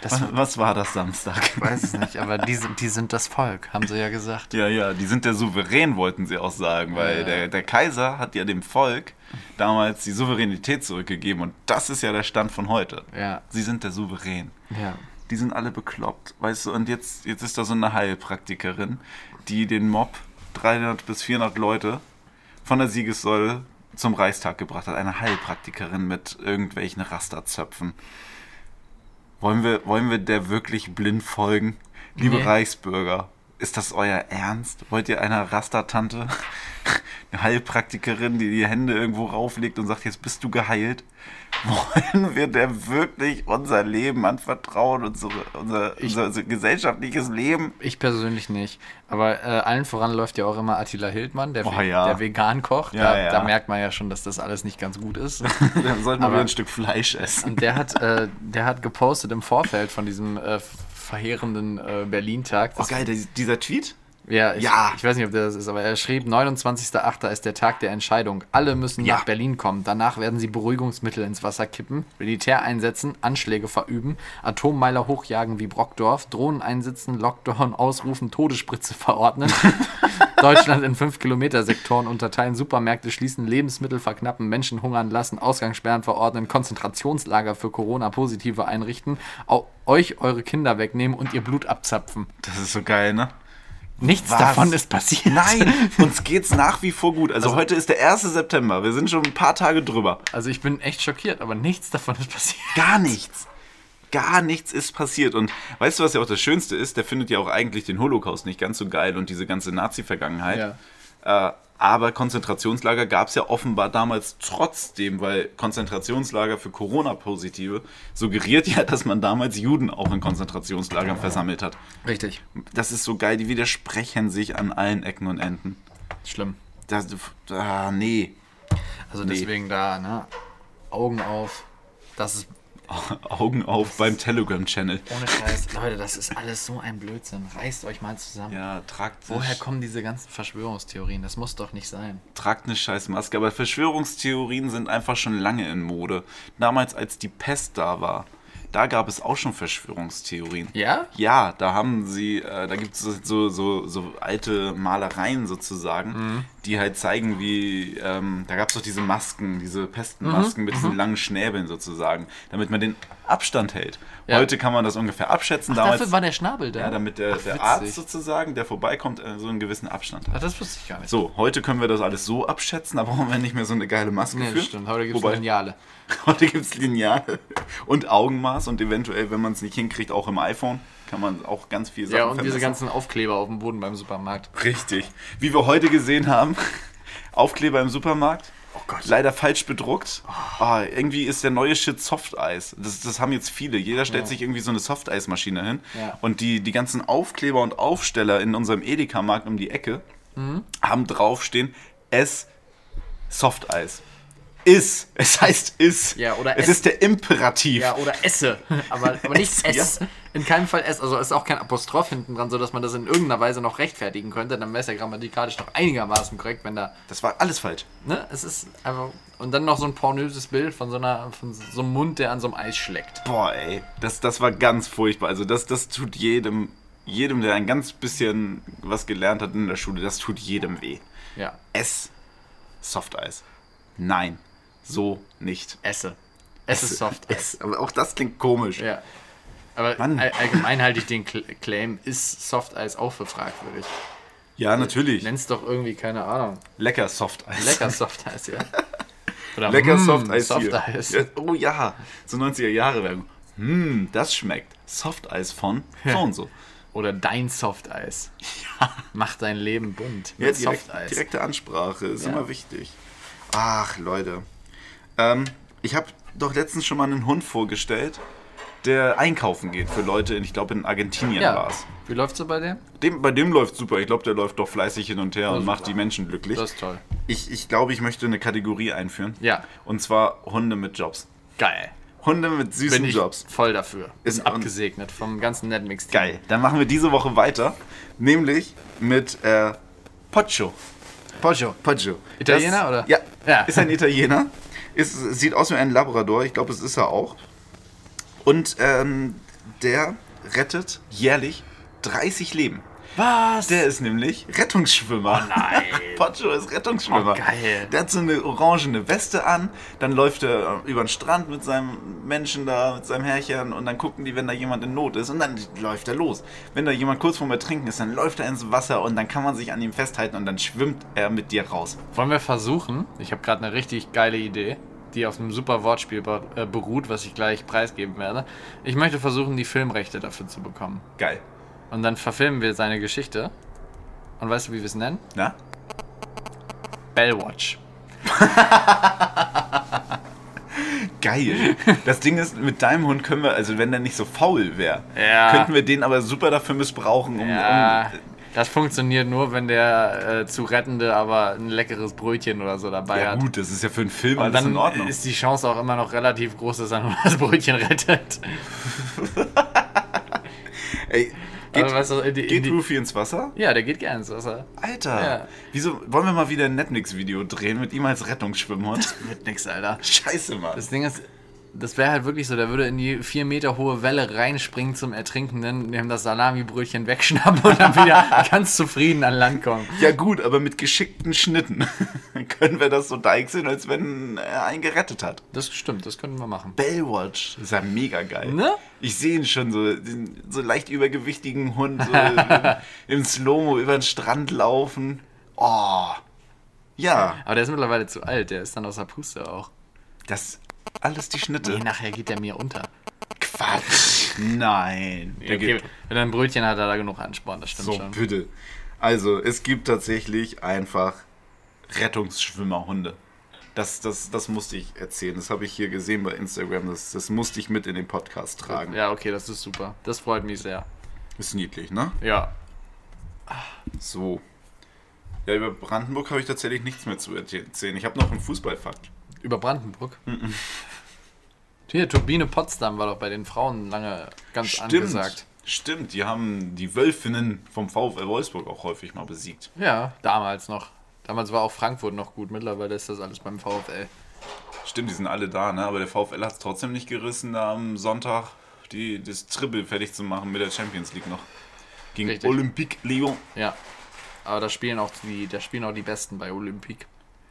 [SPEAKER 3] Das-
[SPEAKER 2] was, was war das Samstag?
[SPEAKER 3] [LAUGHS] Weiß es nicht, aber die sind, die sind das Volk, haben sie ja gesagt.
[SPEAKER 2] Ja, ja, die sind der Souverän, wollten sie auch sagen, weil
[SPEAKER 3] Ja.
[SPEAKER 2] der, der Kaiser hat ja dem Volk damals die Souveränität zurückgegeben und das ist ja der Stand von heute.
[SPEAKER 3] Ja.
[SPEAKER 2] Sie sind der Souverän.
[SPEAKER 3] Ja.
[SPEAKER 2] Die sind alle bekloppt, weißt du, und jetzt, jetzt ist da so eine Heilpraktikerin, die den Mob 300 bis 400 Leute von der Siegessäule zum Reichstag gebracht hat. Eine Heilpraktikerin mit irgendwelchen Rasterzöpfen. Wollen wir, wollen wir der wirklich blind folgen? Liebe
[SPEAKER 3] Nee.
[SPEAKER 2] Reichsbürger, ist das euer Ernst? Wollt ihr einer Rastertante, [LAUGHS] eine Heilpraktikerin, die die Hände irgendwo rauflegt und sagt, jetzt bist du geheilt? Wollen wir der wirklich unser Leben anvertrauen, unsere, unser, unser, unser gesellschaftliches Leben?
[SPEAKER 3] Ich persönlich nicht. Aber äh, allen voran läuft ja auch immer Attila Hildmann, der,
[SPEAKER 2] Oh
[SPEAKER 3] ve-
[SPEAKER 2] ja.
[SPEAKER 3] der vegan kocht.
[SPEAKER 2] Ja,
[SPEAKER 3] da,
[SPEAKER 2] ja.
[SPEAKER 3] da merkt man ja schon, dass das alles nicht ganz gut [LAUGHS] ist.
[SPEAKER 2] Dann sollten [LAUGHS] wir
[SPEAKER 3] Aber-
[SPEAKER 2] wieder ein Stück Fleisch essen.
[SPEAKER 3] Und der hat, äh, der hat gepostet im Vorfeld von diesem äh, verheerenden äh, Berlin-Tag.
[SPEAKER 2] Oh
[SPEAKER 3] dass-
[SPEAKER 2] geil, der, dieser Tweet?
[SPEAKER 3] Ja ich,
[SPEAKER 2] Ja.
[SPEAKER 3] ich weiß nicht, ob der das ist, aber er schrieb, 29.08. ist der Tag der Entscheidung. Alle müssen
[SPEAKER 2] Ja.
[SPEAKER 3] nach Berlin kommen. Danach werden sie Beruhigungsmittel ins Wasser kippen, Militär einsetzen, Anschläge verüben, Atommeiler hochjagen wie Brockdorf, Drohnen einsetzen, Lockdown ausrufen,
[SPEAKER 2] [LAUGHS]
[SPEAKER 3] Todesspritze verordnen. Deutschland in 5-Kilometer-Sektoren unterteilen, Supermärkte schließen, Lebensmittel verknappen, Menschen hungern lassen, Ausgangssperren verordnen, Konzentrationslager für Corona-Positive einrichten, au euch eure Kinder wegnehmen und ihr Blut abzapfen.
[SPEAKER 2] Das ist so geil, ne?
[SPEAKER 3] Nichts
[SPEAKER 2] Was?
[SPEAKER 3] davon ist
[SPEAKER 2] [LAUGHS]
[SPEAKER 3] passiert.
[SPEAKER 2] Nein, uns geht's nach wie vor gut. Also, heute ist der 1. September. Wir sind schon ein paar Tage drüber.
[SPEAKER 3] [LAUGHS] Also ich bin echt schockiert, aber nichts davon ist passiert.
[SPEAKER 2] Gar nichts. Gar nichts ist passiert. Und weißt du, was ja auch das Schönste ist? Der findet ja auch eigentlich den Holocaust nicht ganz so geil und diese ganze Nazi-Vergangenheit. Äh, aber Konzentrationslager gab's ja offenbar damals trotzdem, weil Konzentrationslager für Corona-Positive suggeriert ja, dass man damals Juden auch in Konzentrationslagern versammelt hat.
[SPEAKER 3] Richtig.
[SPEAKER 2] Das ist so geil, die widersprechen sich an allen Ecken und Enden.
[SPEAKER 3] Schlimm.
[SPEAKER 2] Das, ah, nee.
[SPEAKER 3] Also
[SPEAKER 2] Nee.
[SPEAKER 3] deswegen da, ne? Augen auf. Das ist
[SPEAKER 2] Augen auf beim Telegram-Channel.
[SPEAKER 3] ohne Scheiß. Leute, das ist alles so ein Blödsinn. Reißt euch mal zusammen.
[SPEAKER 2] Ja, tragt,
[SPEAKER 3] Woher kommen diese ganzen Verschwörungstheorien? Das muss doch nicht sein.
[SPEAKER 2] tragt eine scheiß Maske. Aber Verschwörungstheorien sind einfach schon lange in Mode. Damals, als die Pest da war, da gab es auch schon Verschwörungstheorien.
[SPEAKER 3] Ja?
[SPEAKER 2] Ja, da haben sie, äh, da gibt es so, so, so alte Malereien sozusagen, die halt zeigen, wie, ähm, da gab es doch diese Masken, diese Pestenmasken mit diesen langen Schnäbeln sozusagen, damit man den Abstand hält.
[SPEAKER 3] Ja.
[SPEAKER 2] Heute kann man das ungefähr abschätzen.
[SPEAKER 3] Dafür war der Schnabel da.
[SPEAKER 2] Ja, damit der, der
[SPEAKER 3] witzig.
[SPEAKER 2] Arzt sozusagen, der vorbeikommt, äh, so einen gewissen Abstand
[SPEAKER 3] Ach,
[SPEAKER 2] hat.
[SPEAKER 3] das wusste ich gar nicht.
[SPEAKER 2] So, heute können wir das alles so abschätzen, da brauchen wir nicht mehr so eine geile Maske
[SPEAKER 3] Nee,
[SPEAKER 2] für.
[SPEAKER 3] das stimmt. Heute gibt es
[SPEAKER 2] Wobei,
[SPEAKER 3] Lineale.
[SPEAKER 2] [LAUGHS] Heute gibt es Lineal und Augenmaß und eventuell, wenn man es nicht hinkriegt, auch im iPhone kann man auch ganz viel Sachen
[SPEAKER 3] Ja, und diese
[SPEAKER 2] vermessen.
[SPEAKER 3] ganzen Aufkleber auf dem Boden beim Supermarkt.
[SPEAKER 2] Richtig. Wie wir heute gesehen haben, Aufkleber im Supermarkt.
[SPEAKER 3] Oh Gott.
[SPEAKER 2] Leider falsch bedruckt. Ah, irgendwie ist der neue Shit Softeis. Das, das haben jetzt viele. Jeder stellt sich irgendwie so eine Softeismaschine hin.
[SPEAKER 3] Ja.
[SPEAKER 2] Und die, die ganzen Aufkleber und Aufsteller in unserem Edeka-Markt um die Ecke
[SPEAKER 3] Mhm.
[SPEAKER 2] haben draufstehen, es Softeis. Is. Es heißt is.
[SPEAKER 3] Ja, oder
[SPEAKER 2] es
[SPEAKER 3] es.
[SPEAKER 2] ist der Imperativ.
[SPEAKER 3] Ja, oder esse. Aber, aber nicht
[SPEAKER 2] Esse,
[SPEAKER 3] es. In keinem Fall es. Also ist auch kein Apostroph hinten dran, sodass man das in irgendeiner Weise noch rechtfertigen könnte. Dann wäre es ja grammatikalisch noch einigermaßen korrekt, wenn da.
[SPEAKER 2] Das war alles falsch.
[SPEAKER 3] Ne? Es ist einfach. Und dann noch so ein pornöses Bild von so, einer, von so einem Mund, der an so einem Eis schlägt.
[SPEAKER 2] Boah, ey, das, das war ganz furchtbar. Also das, das tut jedem, jedem, der ein ganz bisschen was gelernt hat in der Schule, das tut jedem weh.
[SPEAKER 3] Ja.
[SPEAKER 2] Es, Soft Eis. Nein, so nicht.
[SPEAKER 3] Esse. Es ist soft.
[SPEAKER 2] Es, aber auch das klingt komisch.
[SPEAKER 3] Ja. Aber
[SPEAKER 2] Mann.
[SPEAKER 3] all- allgemein halte ich den Cl- Claim, ist Soft Eis auch für fragwürdig.
[SPEAKER 2] Ja, natürlich.
[SPEAKER 3] Nenn's doch irgendwie, keine Ahnung.
[SPEAKER 2] Lecker Soft Eis. [LAUGHS]
[SPEAKER 3] Lecker Soft Eis, ja. Oder
[SPEAKER 2] Lecker
[SPEAKER 3] mm,
[SPEAKER 2] Soft Eis.
[SPEAKER 3] Soft
[SPEAKER 2] hier.
[SPEAKER 3] Eis.
[SPEAKER 2] Ja, oh ja, so 90er Jahre Werbung. Hm, das schmeckt. Soft Eis von so und so.
[SPEAKER 3] Oder dein Softeis. Mach dein Leben bunt.
[SPEAKER 2] Ja,
[SPEAKER 3] Mit
[SPEAKER 2] direkt,
[SPEAKER 3] Softeis.
[SPEAKER 2] Direkte Ansprache ist
[SPEAKER 3] Ne, Ja.
[SPEAKER 2] immer wichtig. Ach, Leute. Ähm, ich habe doch letztens schon mal einen Hund vorgestellt, der einkaufen geht für Leute, in, ich glaube in Argentinien
[SPEAKER 3] ja.
[SPEAKER 2] war's.
[SPEAKER 3] Wie läuft's so bei dir?
[SPEAKER 2] Dem, bei dem läuft super. Ich glaube, der läuft doch fleißig hin und her und
[SPEAKER 3] super.
[SPEAKER 2] macht die Menschen glücklich.
[SPEAKER 3] Das ist toll.
[SPEAKER 2] Ich, ich glaube, ich möchte eine Kategorie einführen.
[SPEAKER 3] Ja.
[SPEAKER 2] Und zwar Hunde mit Jobs.
[SPEAKER 3] Geil.
[SPEAKER 2] Hunde mit süßen
[SPEAKER 3] Bin ich
[SPEAKER 2] Jobs.
[SPEAKER 3] voll dafür.
[SPEAKER 2] Ist-
[SPEAKER 3] Ist abgesegnet vom ganzen Netmix-Team.
[SPEAKER 2] Geil. Dann machen wir diese Woche weiter. Nämlich mit äh, Pocho.
[SPEAKER 3] Poggio.
[SPEAKER 2] Poggio.
[SPEAKER 3] Italiener,
[SPEAKER 2] das,
[SPEAKER 3] oder?
[SPEAKER 2] Ja,
[SPEAKER 3] Ja.
[SPEAKER 2] Ist ein Italiener. Ist, sieht aus wie ein Labrador. Ich glaube, es ist er auch. Und ähm, der rettet jährlich 30 Leben.
[SPEAKER 3] Was?
[SPEAKER 2] Der ist nämlich Rettungsschwimmer. Oh
[SPEAKER 3] nein.
[SPEAKER 2] Poggio ist Rettungsschwimmer.
[SPEAKER 3] Oh, geil.
[SPEAKER 2] Der hat so eine orangene Weste an, dann läuft er äh, über den Strand mit seinem Menschen da, mit seinem Herrchen und dann gucken die, wenn da jemand in Not ist und dann läuft er los. Wenn da jemand kurz vorm Ertrinken ist, dann läuft er ins Wasser und dann kann man sich an ihm festhalten und dann schwimmt er mit dir raus.
[SPEAKER 3] Wollen wir versuchen? Ich habe gerade eine richtig geile Idee, die auf einem super Wortspiel be- äh, beruht, was ich gleich preisgeben werde. Ich möchte versuchen, die Filmrechte dafür zu bekommen.
[SPEAKER 2] Geil.
[SPEAKER 3] Und dann verfilmen wir seine Geschichte. Und weißt du, wie wir es nennen?
[SPEAKER 2] Na?
[SPEAKER 3] Bellwatch. [LAUGHS]
[SPEAKER 2] Geil. Das Ding ist, mit deinem Hund können wir, also wenn der nicht so faul wäre,
[SPEAKER 3] Ja.
[SPEAKER 2] könnten wir den aber super dafür missbrauchen, um.
[SPEAKER 3] Ja,
[SPEAKER 2] um
[SPEAKER 3] das funktioniert nur, wenn der äh, zu rettende aber ein leckeres Brötchen oder so dabei
[SPEAKER 2] ja
[SPEAKER 3] hat.
[SPEAKER 2] gut, das ist ja für einen Film
[SPEAKER 3] Und
[SPEAKER 2] alles
[SPEAKER 3] dann
[SPEAKER 2] in Ordnung.
[SPEAKER 3] ist die Chance auch immer noch relativ groß, dass er nur [LAUGHS] das Brötchen rettet.
[SPEAKER 2] Ey, geht,
[SPEAKER 3] Aber weißt du, in die- in
[SPEAKER 2] geht
[SPEAKER 3] die-
[SPEAKER 2] Rufi ins Wasser?
[SPEAKER 3] Ja, der geht gerne ins Wasser.
[SPEAKER 2] Alter,
[SPEAKER 3] Ja.
[SPEAKER 2] wieso wollen wir mal wieder ein Netflix-Video drehen mit ihm als Rettungsschwimmhund?
[SPEAKER 3] Wird nix, Alter.
[SPEAKER 2] [LAUGHS] Scheiße, Mann.
[SPEAKER 3] Das Ding ist, Das wäre halt wirklich so, der würde in die vier Meter hohe Welle reinspringen zum Ertrinken, dann ihm das Salamibrötchen wegschnappen und
[SPEAKER 2] [LAUGHS]
[SPEAKER 3] dann wieder ganz zufrieden an Land kommen.
[SPEAKER 2] Ja gut, aber mit geschickten Schnitten [LAUGHS] können wir das so deichseln, als wenn er einen gerettet hat.
[SPEAKER 3] Das stimmt, das könnten wir machen.
[SPEAKER 2] Bellwatch, ist ja mega geil.
[SPEAKER 3] Ne?
[SPEAKER 2] Ich sehe ihn schon so, den so leicht übergewichtigen Hund
[SPEAKER 3] [LAUGHS]
[SPEAKER 2] so im, im Slow-Mo über den Strand laufen. Oh, ja,
[SPEAKER 3] Aber der ist mittlerweile zu alt, der ist dann aus der Puste auch.
[SPEAKER 2] das alles die Schnitte.
[SPEAKER 3] Nee, nachher geht der mir unter.
[SPEAKER 2] Quatsch. Nein. Der
[SPEAKER 3] Okay,
[SPEAKER 2] gibt-
[SPEAKER 3] wenn er ein Brötchen hat, hat er genug Ansporn, das stimmt
[SPEAKER 2] So,
[SPEAKER 3] schon.
[SPEAKER 2] bitte. Also, es gibt tatsächlich einfach Rettungsschwimmerhunde. Das, das, das musste ich erzählen. Das habe ich hier gesehen bei Instagram. Das, das musste ich mit in den Podcast tragen.
[SPEAKER 3] Ja, okay, das ist super. Das freut mich sehr.
[SPEAKER 2] Ist niedlich, ne?
[SPEAKER 3] Ja.
[SPEAKER 2] So. Ja, über Brandenburg habe ich tatsächlich nichts mehr zu erzählen. Ich habe noch einen Fußballfakt.
[SPEAKER 3] Über Brandenburg? Hier, Turbine Potsdam war doch bei den Frauen lange ganz angesagt.
[SPEAKER 2] Stimmt, die haben die Wölfinnen vom VfL Wolfsburg auch häufig mal besiegt.
[SPEAKER 3] Ja, damals noch. Damals war auch Frankfurt noch gut. Mittlerweile ist das alles beim VfL.
[SPEAKER 2] Stimmt, die sind alle da, ne? Aber der VfL hat es trotzdem nicht gerissen, da am Sonntag die, das Triple fertig zu machen mit der Champions League noch. Gegen
[SPEAKER 3] Richtig.
[SPEAKER 2] Olympique Lyon.
[SPEAKER 3] Ja. Aber da spielen auch die, da spielen auch die Besten bei Olympique.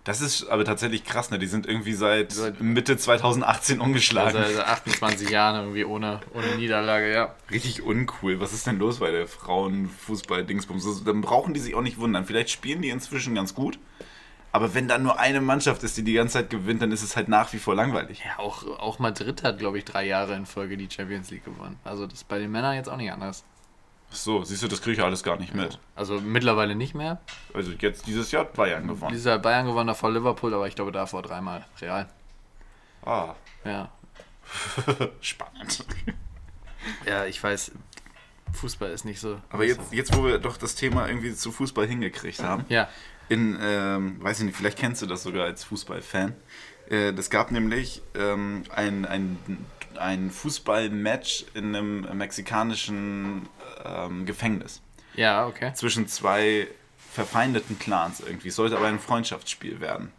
[SPEAKER 2] Das ist aber tatsächlich krass, ne? Die sind irgendwie seit
[SPEAKER 3] Seit-
[SPEAKER 2] Mitte 2018
[SPEAKER 3] Also
[SPEAKER 2] umgeschlagen.
[SPEAKER 3] seit 28 Jahren irgendwie ohne, ohne Niederlage, ja.
[SPEAKER 2] Richtig uncool. Was ist denn los bei der Frauenfußball-Dingsbums? Das- Dann brauchen die sich auch nicht wundern. Vielleicht spielen die inzwischen ganz gut. Aber wenn da nur eine Mannschaft ist, die die ganze Zeit gewinnt, dann ist es halt nach wie vor langweilig.
[SPEAKER 3] Ja, auch, auch Madrid hat, glaube ich, drei Jahre in Folge die Champions League gewonnen. Also das ist bei den Männern jetzt auch nicht anders.
[SPEAKER 2] So, siehst du, das kriege ich alles gar nicht mit.
[SPEAKER 3] Also mittlerweile nicht mehr.
[SPEAKER 2] Also jetzt dieses Jahr hat Bayern gewonnen.
[SPEAKER 3] Dieses Jahr hat Bayern gewonnen, davor Liverpool, aber ich glaube davor dreimal. Real.
[SPEAKER 2] Ah,
[SPEAKER 3] Ja.
[SPEAKER 2] spannend.
[SPEAKER 3] Ja, ich weiß, Fußball ist nicht so.
[SPEAKER 2] Aber jetzt, jetzt, wo wir doch das Thema irgendwie zu Fußball hingekriegt haben,
[SPEAKER 3] Ja.
[SPEAKER 2] in, ähm, weiß ich nicht, vielleicht kennst du das sogar als Fußballfan. Äh, das gab nämlich ähm, ein, ein, ein Fußballmatch in einem mexikanischen ähm, Gefängnis
[SPEAKER 3] Ja, okay.
[SPEAKER 2] zwischen zwei verfeindeten Clans irgendwie. Es Sollte aber ein Freundschaftsspiel werden.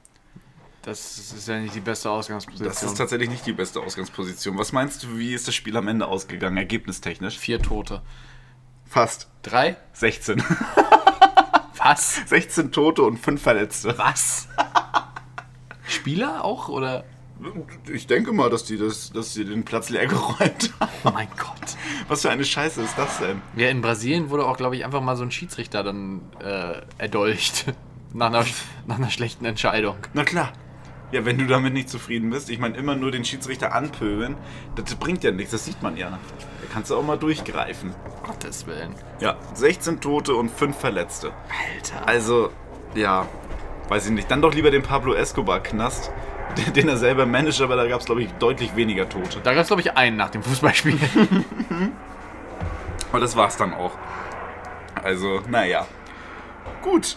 [SPEAKER 3] Das ist ja nicht die beste Ausgangsposition.
[SPEAKER 2] Das ist tatsächlich nicht die beste Ausgangsposition. Was meinst du, wie ist das Spiel am Ende ausgegangen, ergebnistechnisch?
[SPEAKER 3] Vier Tote.
[SPEAKER 2] Fast.
[SPEAKER 3] Drei?
[SPEAKER 2] [LAUGHS] 16.
[SPEAKER 3] Was?
[SPEAKER 2] 16 Tote und 5 Verletzte.
[SPEAKER 3] Was? [LAUGHS] Spieler auch oder?
[SPEAKER 2] Ich denke mal, dass die, das, dass die den Platz leer [LAUGHS] geräumt haben.
[SPEAKER 3] Oh mein Gott.
[SPEAKER 2] Was für eine Scheiße ist das denn?
[SPEAKER 3] Ja, in Brasilien wurde auch, glaube ich, einfach mal so ein Schiedsrichter dann äh, erdolcht. Nach einer, nach einer schlechten Entscheidung.
[SPEAKER 2] Na klar. Ja, wenn du damit nicht zufrieden bist, ich meine, immer nur den Schiedsrichter anpöbeln, das bringt ja nichts, das sieht man ja. Da kannst du auch mal durchgreifen.
[SPEAKER 3] Gottes Willen.
[SPEAKER 2] Ja, 16 Tote und 5 Verletzte.
[SPEAKER 3] Alter.
[SPEAKER 2] Also, ja, weiß ich nicht. Dann doch lieber den Pablo Escobar-Knast, [LAUGHS] den- den er selber managt, aber da gab es, glaube ich, deutlich weniger Tote.
[SPEAKER 3] Da gab es, glaube ich, einen nach dem Fußballspiel.
[SPEAKER 2] Aber das war's dann auch. Also, naja. Gut.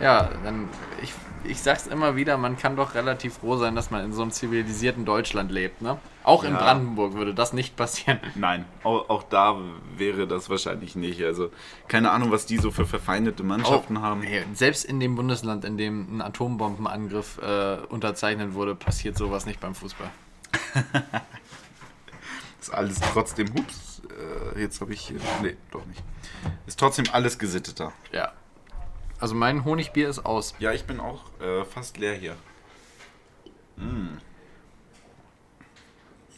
[SPEAKER 3] Ja, dann, ich, ich sag's immer wieder, man kann doch relativ froh sein, dass man in so einem zivilisierten Deutschland lebt, ne? Auch in
[SPEAKER 2] Ja.
[SPEAKER 3] Brandenburg würde das nicht passieren.
[SPEAKER 2] Nein, auch, auch da wäre das wahrscheinlich nicht. Also keine Ahnung, was die so für verfeindete Mannschaften haben.
[SPEAKER 3] Ey, selbst in dem Bundesland, in dem ein Atombombenangriff äh, unterzeichnet wurde, passiert sowas nicht beim Fußball.
[SPEAKER 2] Ist alles trotzdem, hups, äh, jetzt habe ich, nee, doch nicht. Ist trotzdem alles gesitteter.
[SPEAKER 3] Ja. Also mein Honigbier ist aus.
[SPEAKER 2] Ja, ich bin auch äh, fast leer hier. Mm.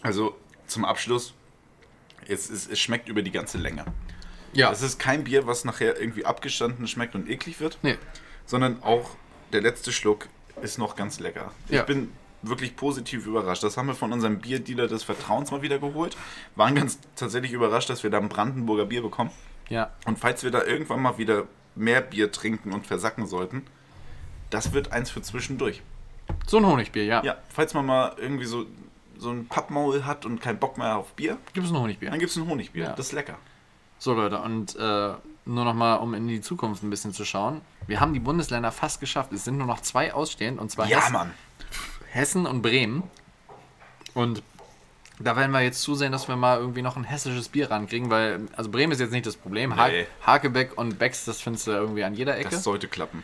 [SPEAKER 2] Also zum Abschluss, es, es, es schmeckt über die ganze Länge.
[SPEAKER 3] Ja.
[SPEAKER 2] Es ist kein Bier, was nachher irgendwie abgestanden schmeckt und eklig wird.
[SPEAKER 3] nee.
[SPEAKER 2] sondern auch der letzte Schluck ist noch ganz lecker.
[SPEAKER 3] Ja.
[SPEAKER 2] Ich bin wirklich positiv überrascht. Das haben wir von unserem Bierdealer des Vertrauens mal wieder geholt. Waren ganz tatsächlich überrascht, dass wir da ein Brandenburger Bier bekommen.
[SPEAKER 3] Ja.
[SPEAKER 2] Und falls wir da irgendwann mal wieder mehr Bier trinken und versacken sollten, das wird eins für zwischendurch.
[SPEAKER 3] So ein Honigbier, ja.
[SPEAKER 2] Ja, falls man mal irgendwie so, so ein Pappmaul hat und keinen Bock mehr auf Bier,
[SPEAKER 3] Gibt es ein Honigbier?
[SPEAKER 2] dann gibt es ein Honigbier.
[SPEAKER 3] Ja.
[SPEAKER 2] Das ist lecker.
[SPEAKER 3] So Leute, und äh, nur nochmal, um in die Zukunft ein bisschen zu schauen. Wir haben die Bundesländer fast geschafft. Es sind nur noch zwei ausstehend, und zwar Hessen,
[SPEAKER 2] Mann.
[SPEAKER 3] Hessen und Bremen. Und da werden wir jetzt zusehen, dass wir mal irgendwie noch ein hessisches Bier rankriegen, weil, also Bremen ist jetzt nicht das Problem. Ha
[SPEAKER 2] Nee.
[SPEAKER 3] Hakebeck und Becks, das findest du irgendwie an jeder Ecke.
[SPEAKER 2] Das sollte klappen.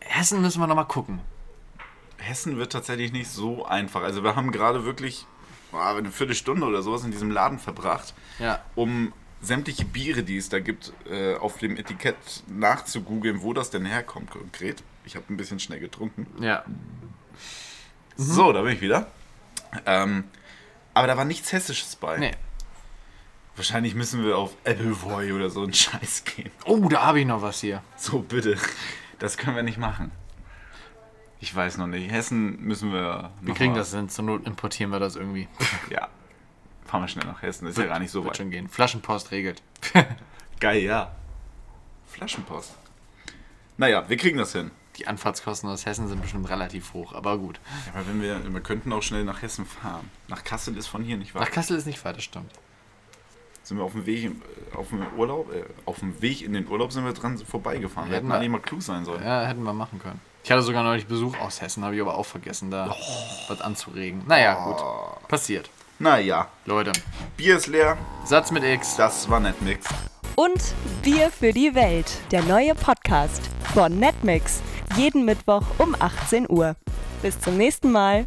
[SPEAKER 3] Hessen müssen wir nochmal gucken.
[SPEAKER 2] Hessen wird tatsächlich nicht so einfach. Also wir haben gerade wirklich boah, eine Viertelstunde oder sowas in diesem Laden verbracht,
[SPEAKER 3] Ja.
[SPEAKER 2] um sämtliche Biere, die es da gibt, äh, auf dem Etikett nachzugoogeln, wo das denn herkommt konkret. Ich habe ein bisschen schnell getrunken.
[SPEAKER 3] Ja.
[SPEAKER 2] So, da bin ich wieder. Ähm, aber da war nichts Hessisches bei.
[SPEAKER 3] Nee.
[SPEAKER 2] Wahrscheinlich müssen wir auf Appleboy oder so einen Scheiß gehen.
[SPEAKER 3] Oh, da habe ich noch was hier.
[SPEAKER 2] So, bitte. Das können wir nicht machen. Ich weiß noch nicht. Hessen müssen wir.
[SPEAKER 3] Wir kriegen das hin. Zur Not importieren wir das irgendwie.
[SPEAKER 2] Ja. Fahren wir schnell nach Hessen. Ist ja gar nicht so
[SPEAKER 3] Wird
[SPEAKER 2] weit.
[SPEAKER 3] schon gehen. Flaschenpost regelt.
[SPEAKER 2] Geil, ja. Flaschenpost. Naja, wir kriegen das hin.
[SPEAKER 3] Die Anfahrtskosten aus Hessen sind bestimmt relativ hoch, aber gut.
[SPEAKER 2] Ja, aber wenn wir, wir könnten auch schnell nach Hessen fahren. Nach Kassel ist von hier nicht
[SPEAKER 3] Nach
[SPEAKER 2] weit.
[SPEAKER 3] Kassel ist nicht weit, das stimmt.
[SPEAKER 2] Sind wir auf dem Weg, im- äh, auf dem Urlaub, äh, auf dem Weg in den Urlaub sind wir dran vorbeigefahren. Wir
[SPEAKER 3] Hätten
[SPEAKER 2] hätten
[SPEAKER 3] wir-
[SPEAKER 2] eigentlich mal klug sein sollen.
[SPEAKER 3] Ja, hätten wir machen können. Ich hatte sogar neulich Besuch aus Hessen, habe ich aber auch vergessen, da
[SPEAKER 2] Oh.
[SPEAKER 3] was anzuregen. Naja, gut. Passiert.
[SPEAKER 2] Naja,
[SPEAKER 3] Leute,
[SPEAKER 2] Bier ist leer.
[SPEAKER 3] Satz mit X.
[SPEAKER 2] Das war nicht nix.
[SPEAKER 1] Und Bier für die Welt, der neue Podcast von Netmix. Jeden Mittwoch um 18 Uhr. Bis zum nächsten Mal.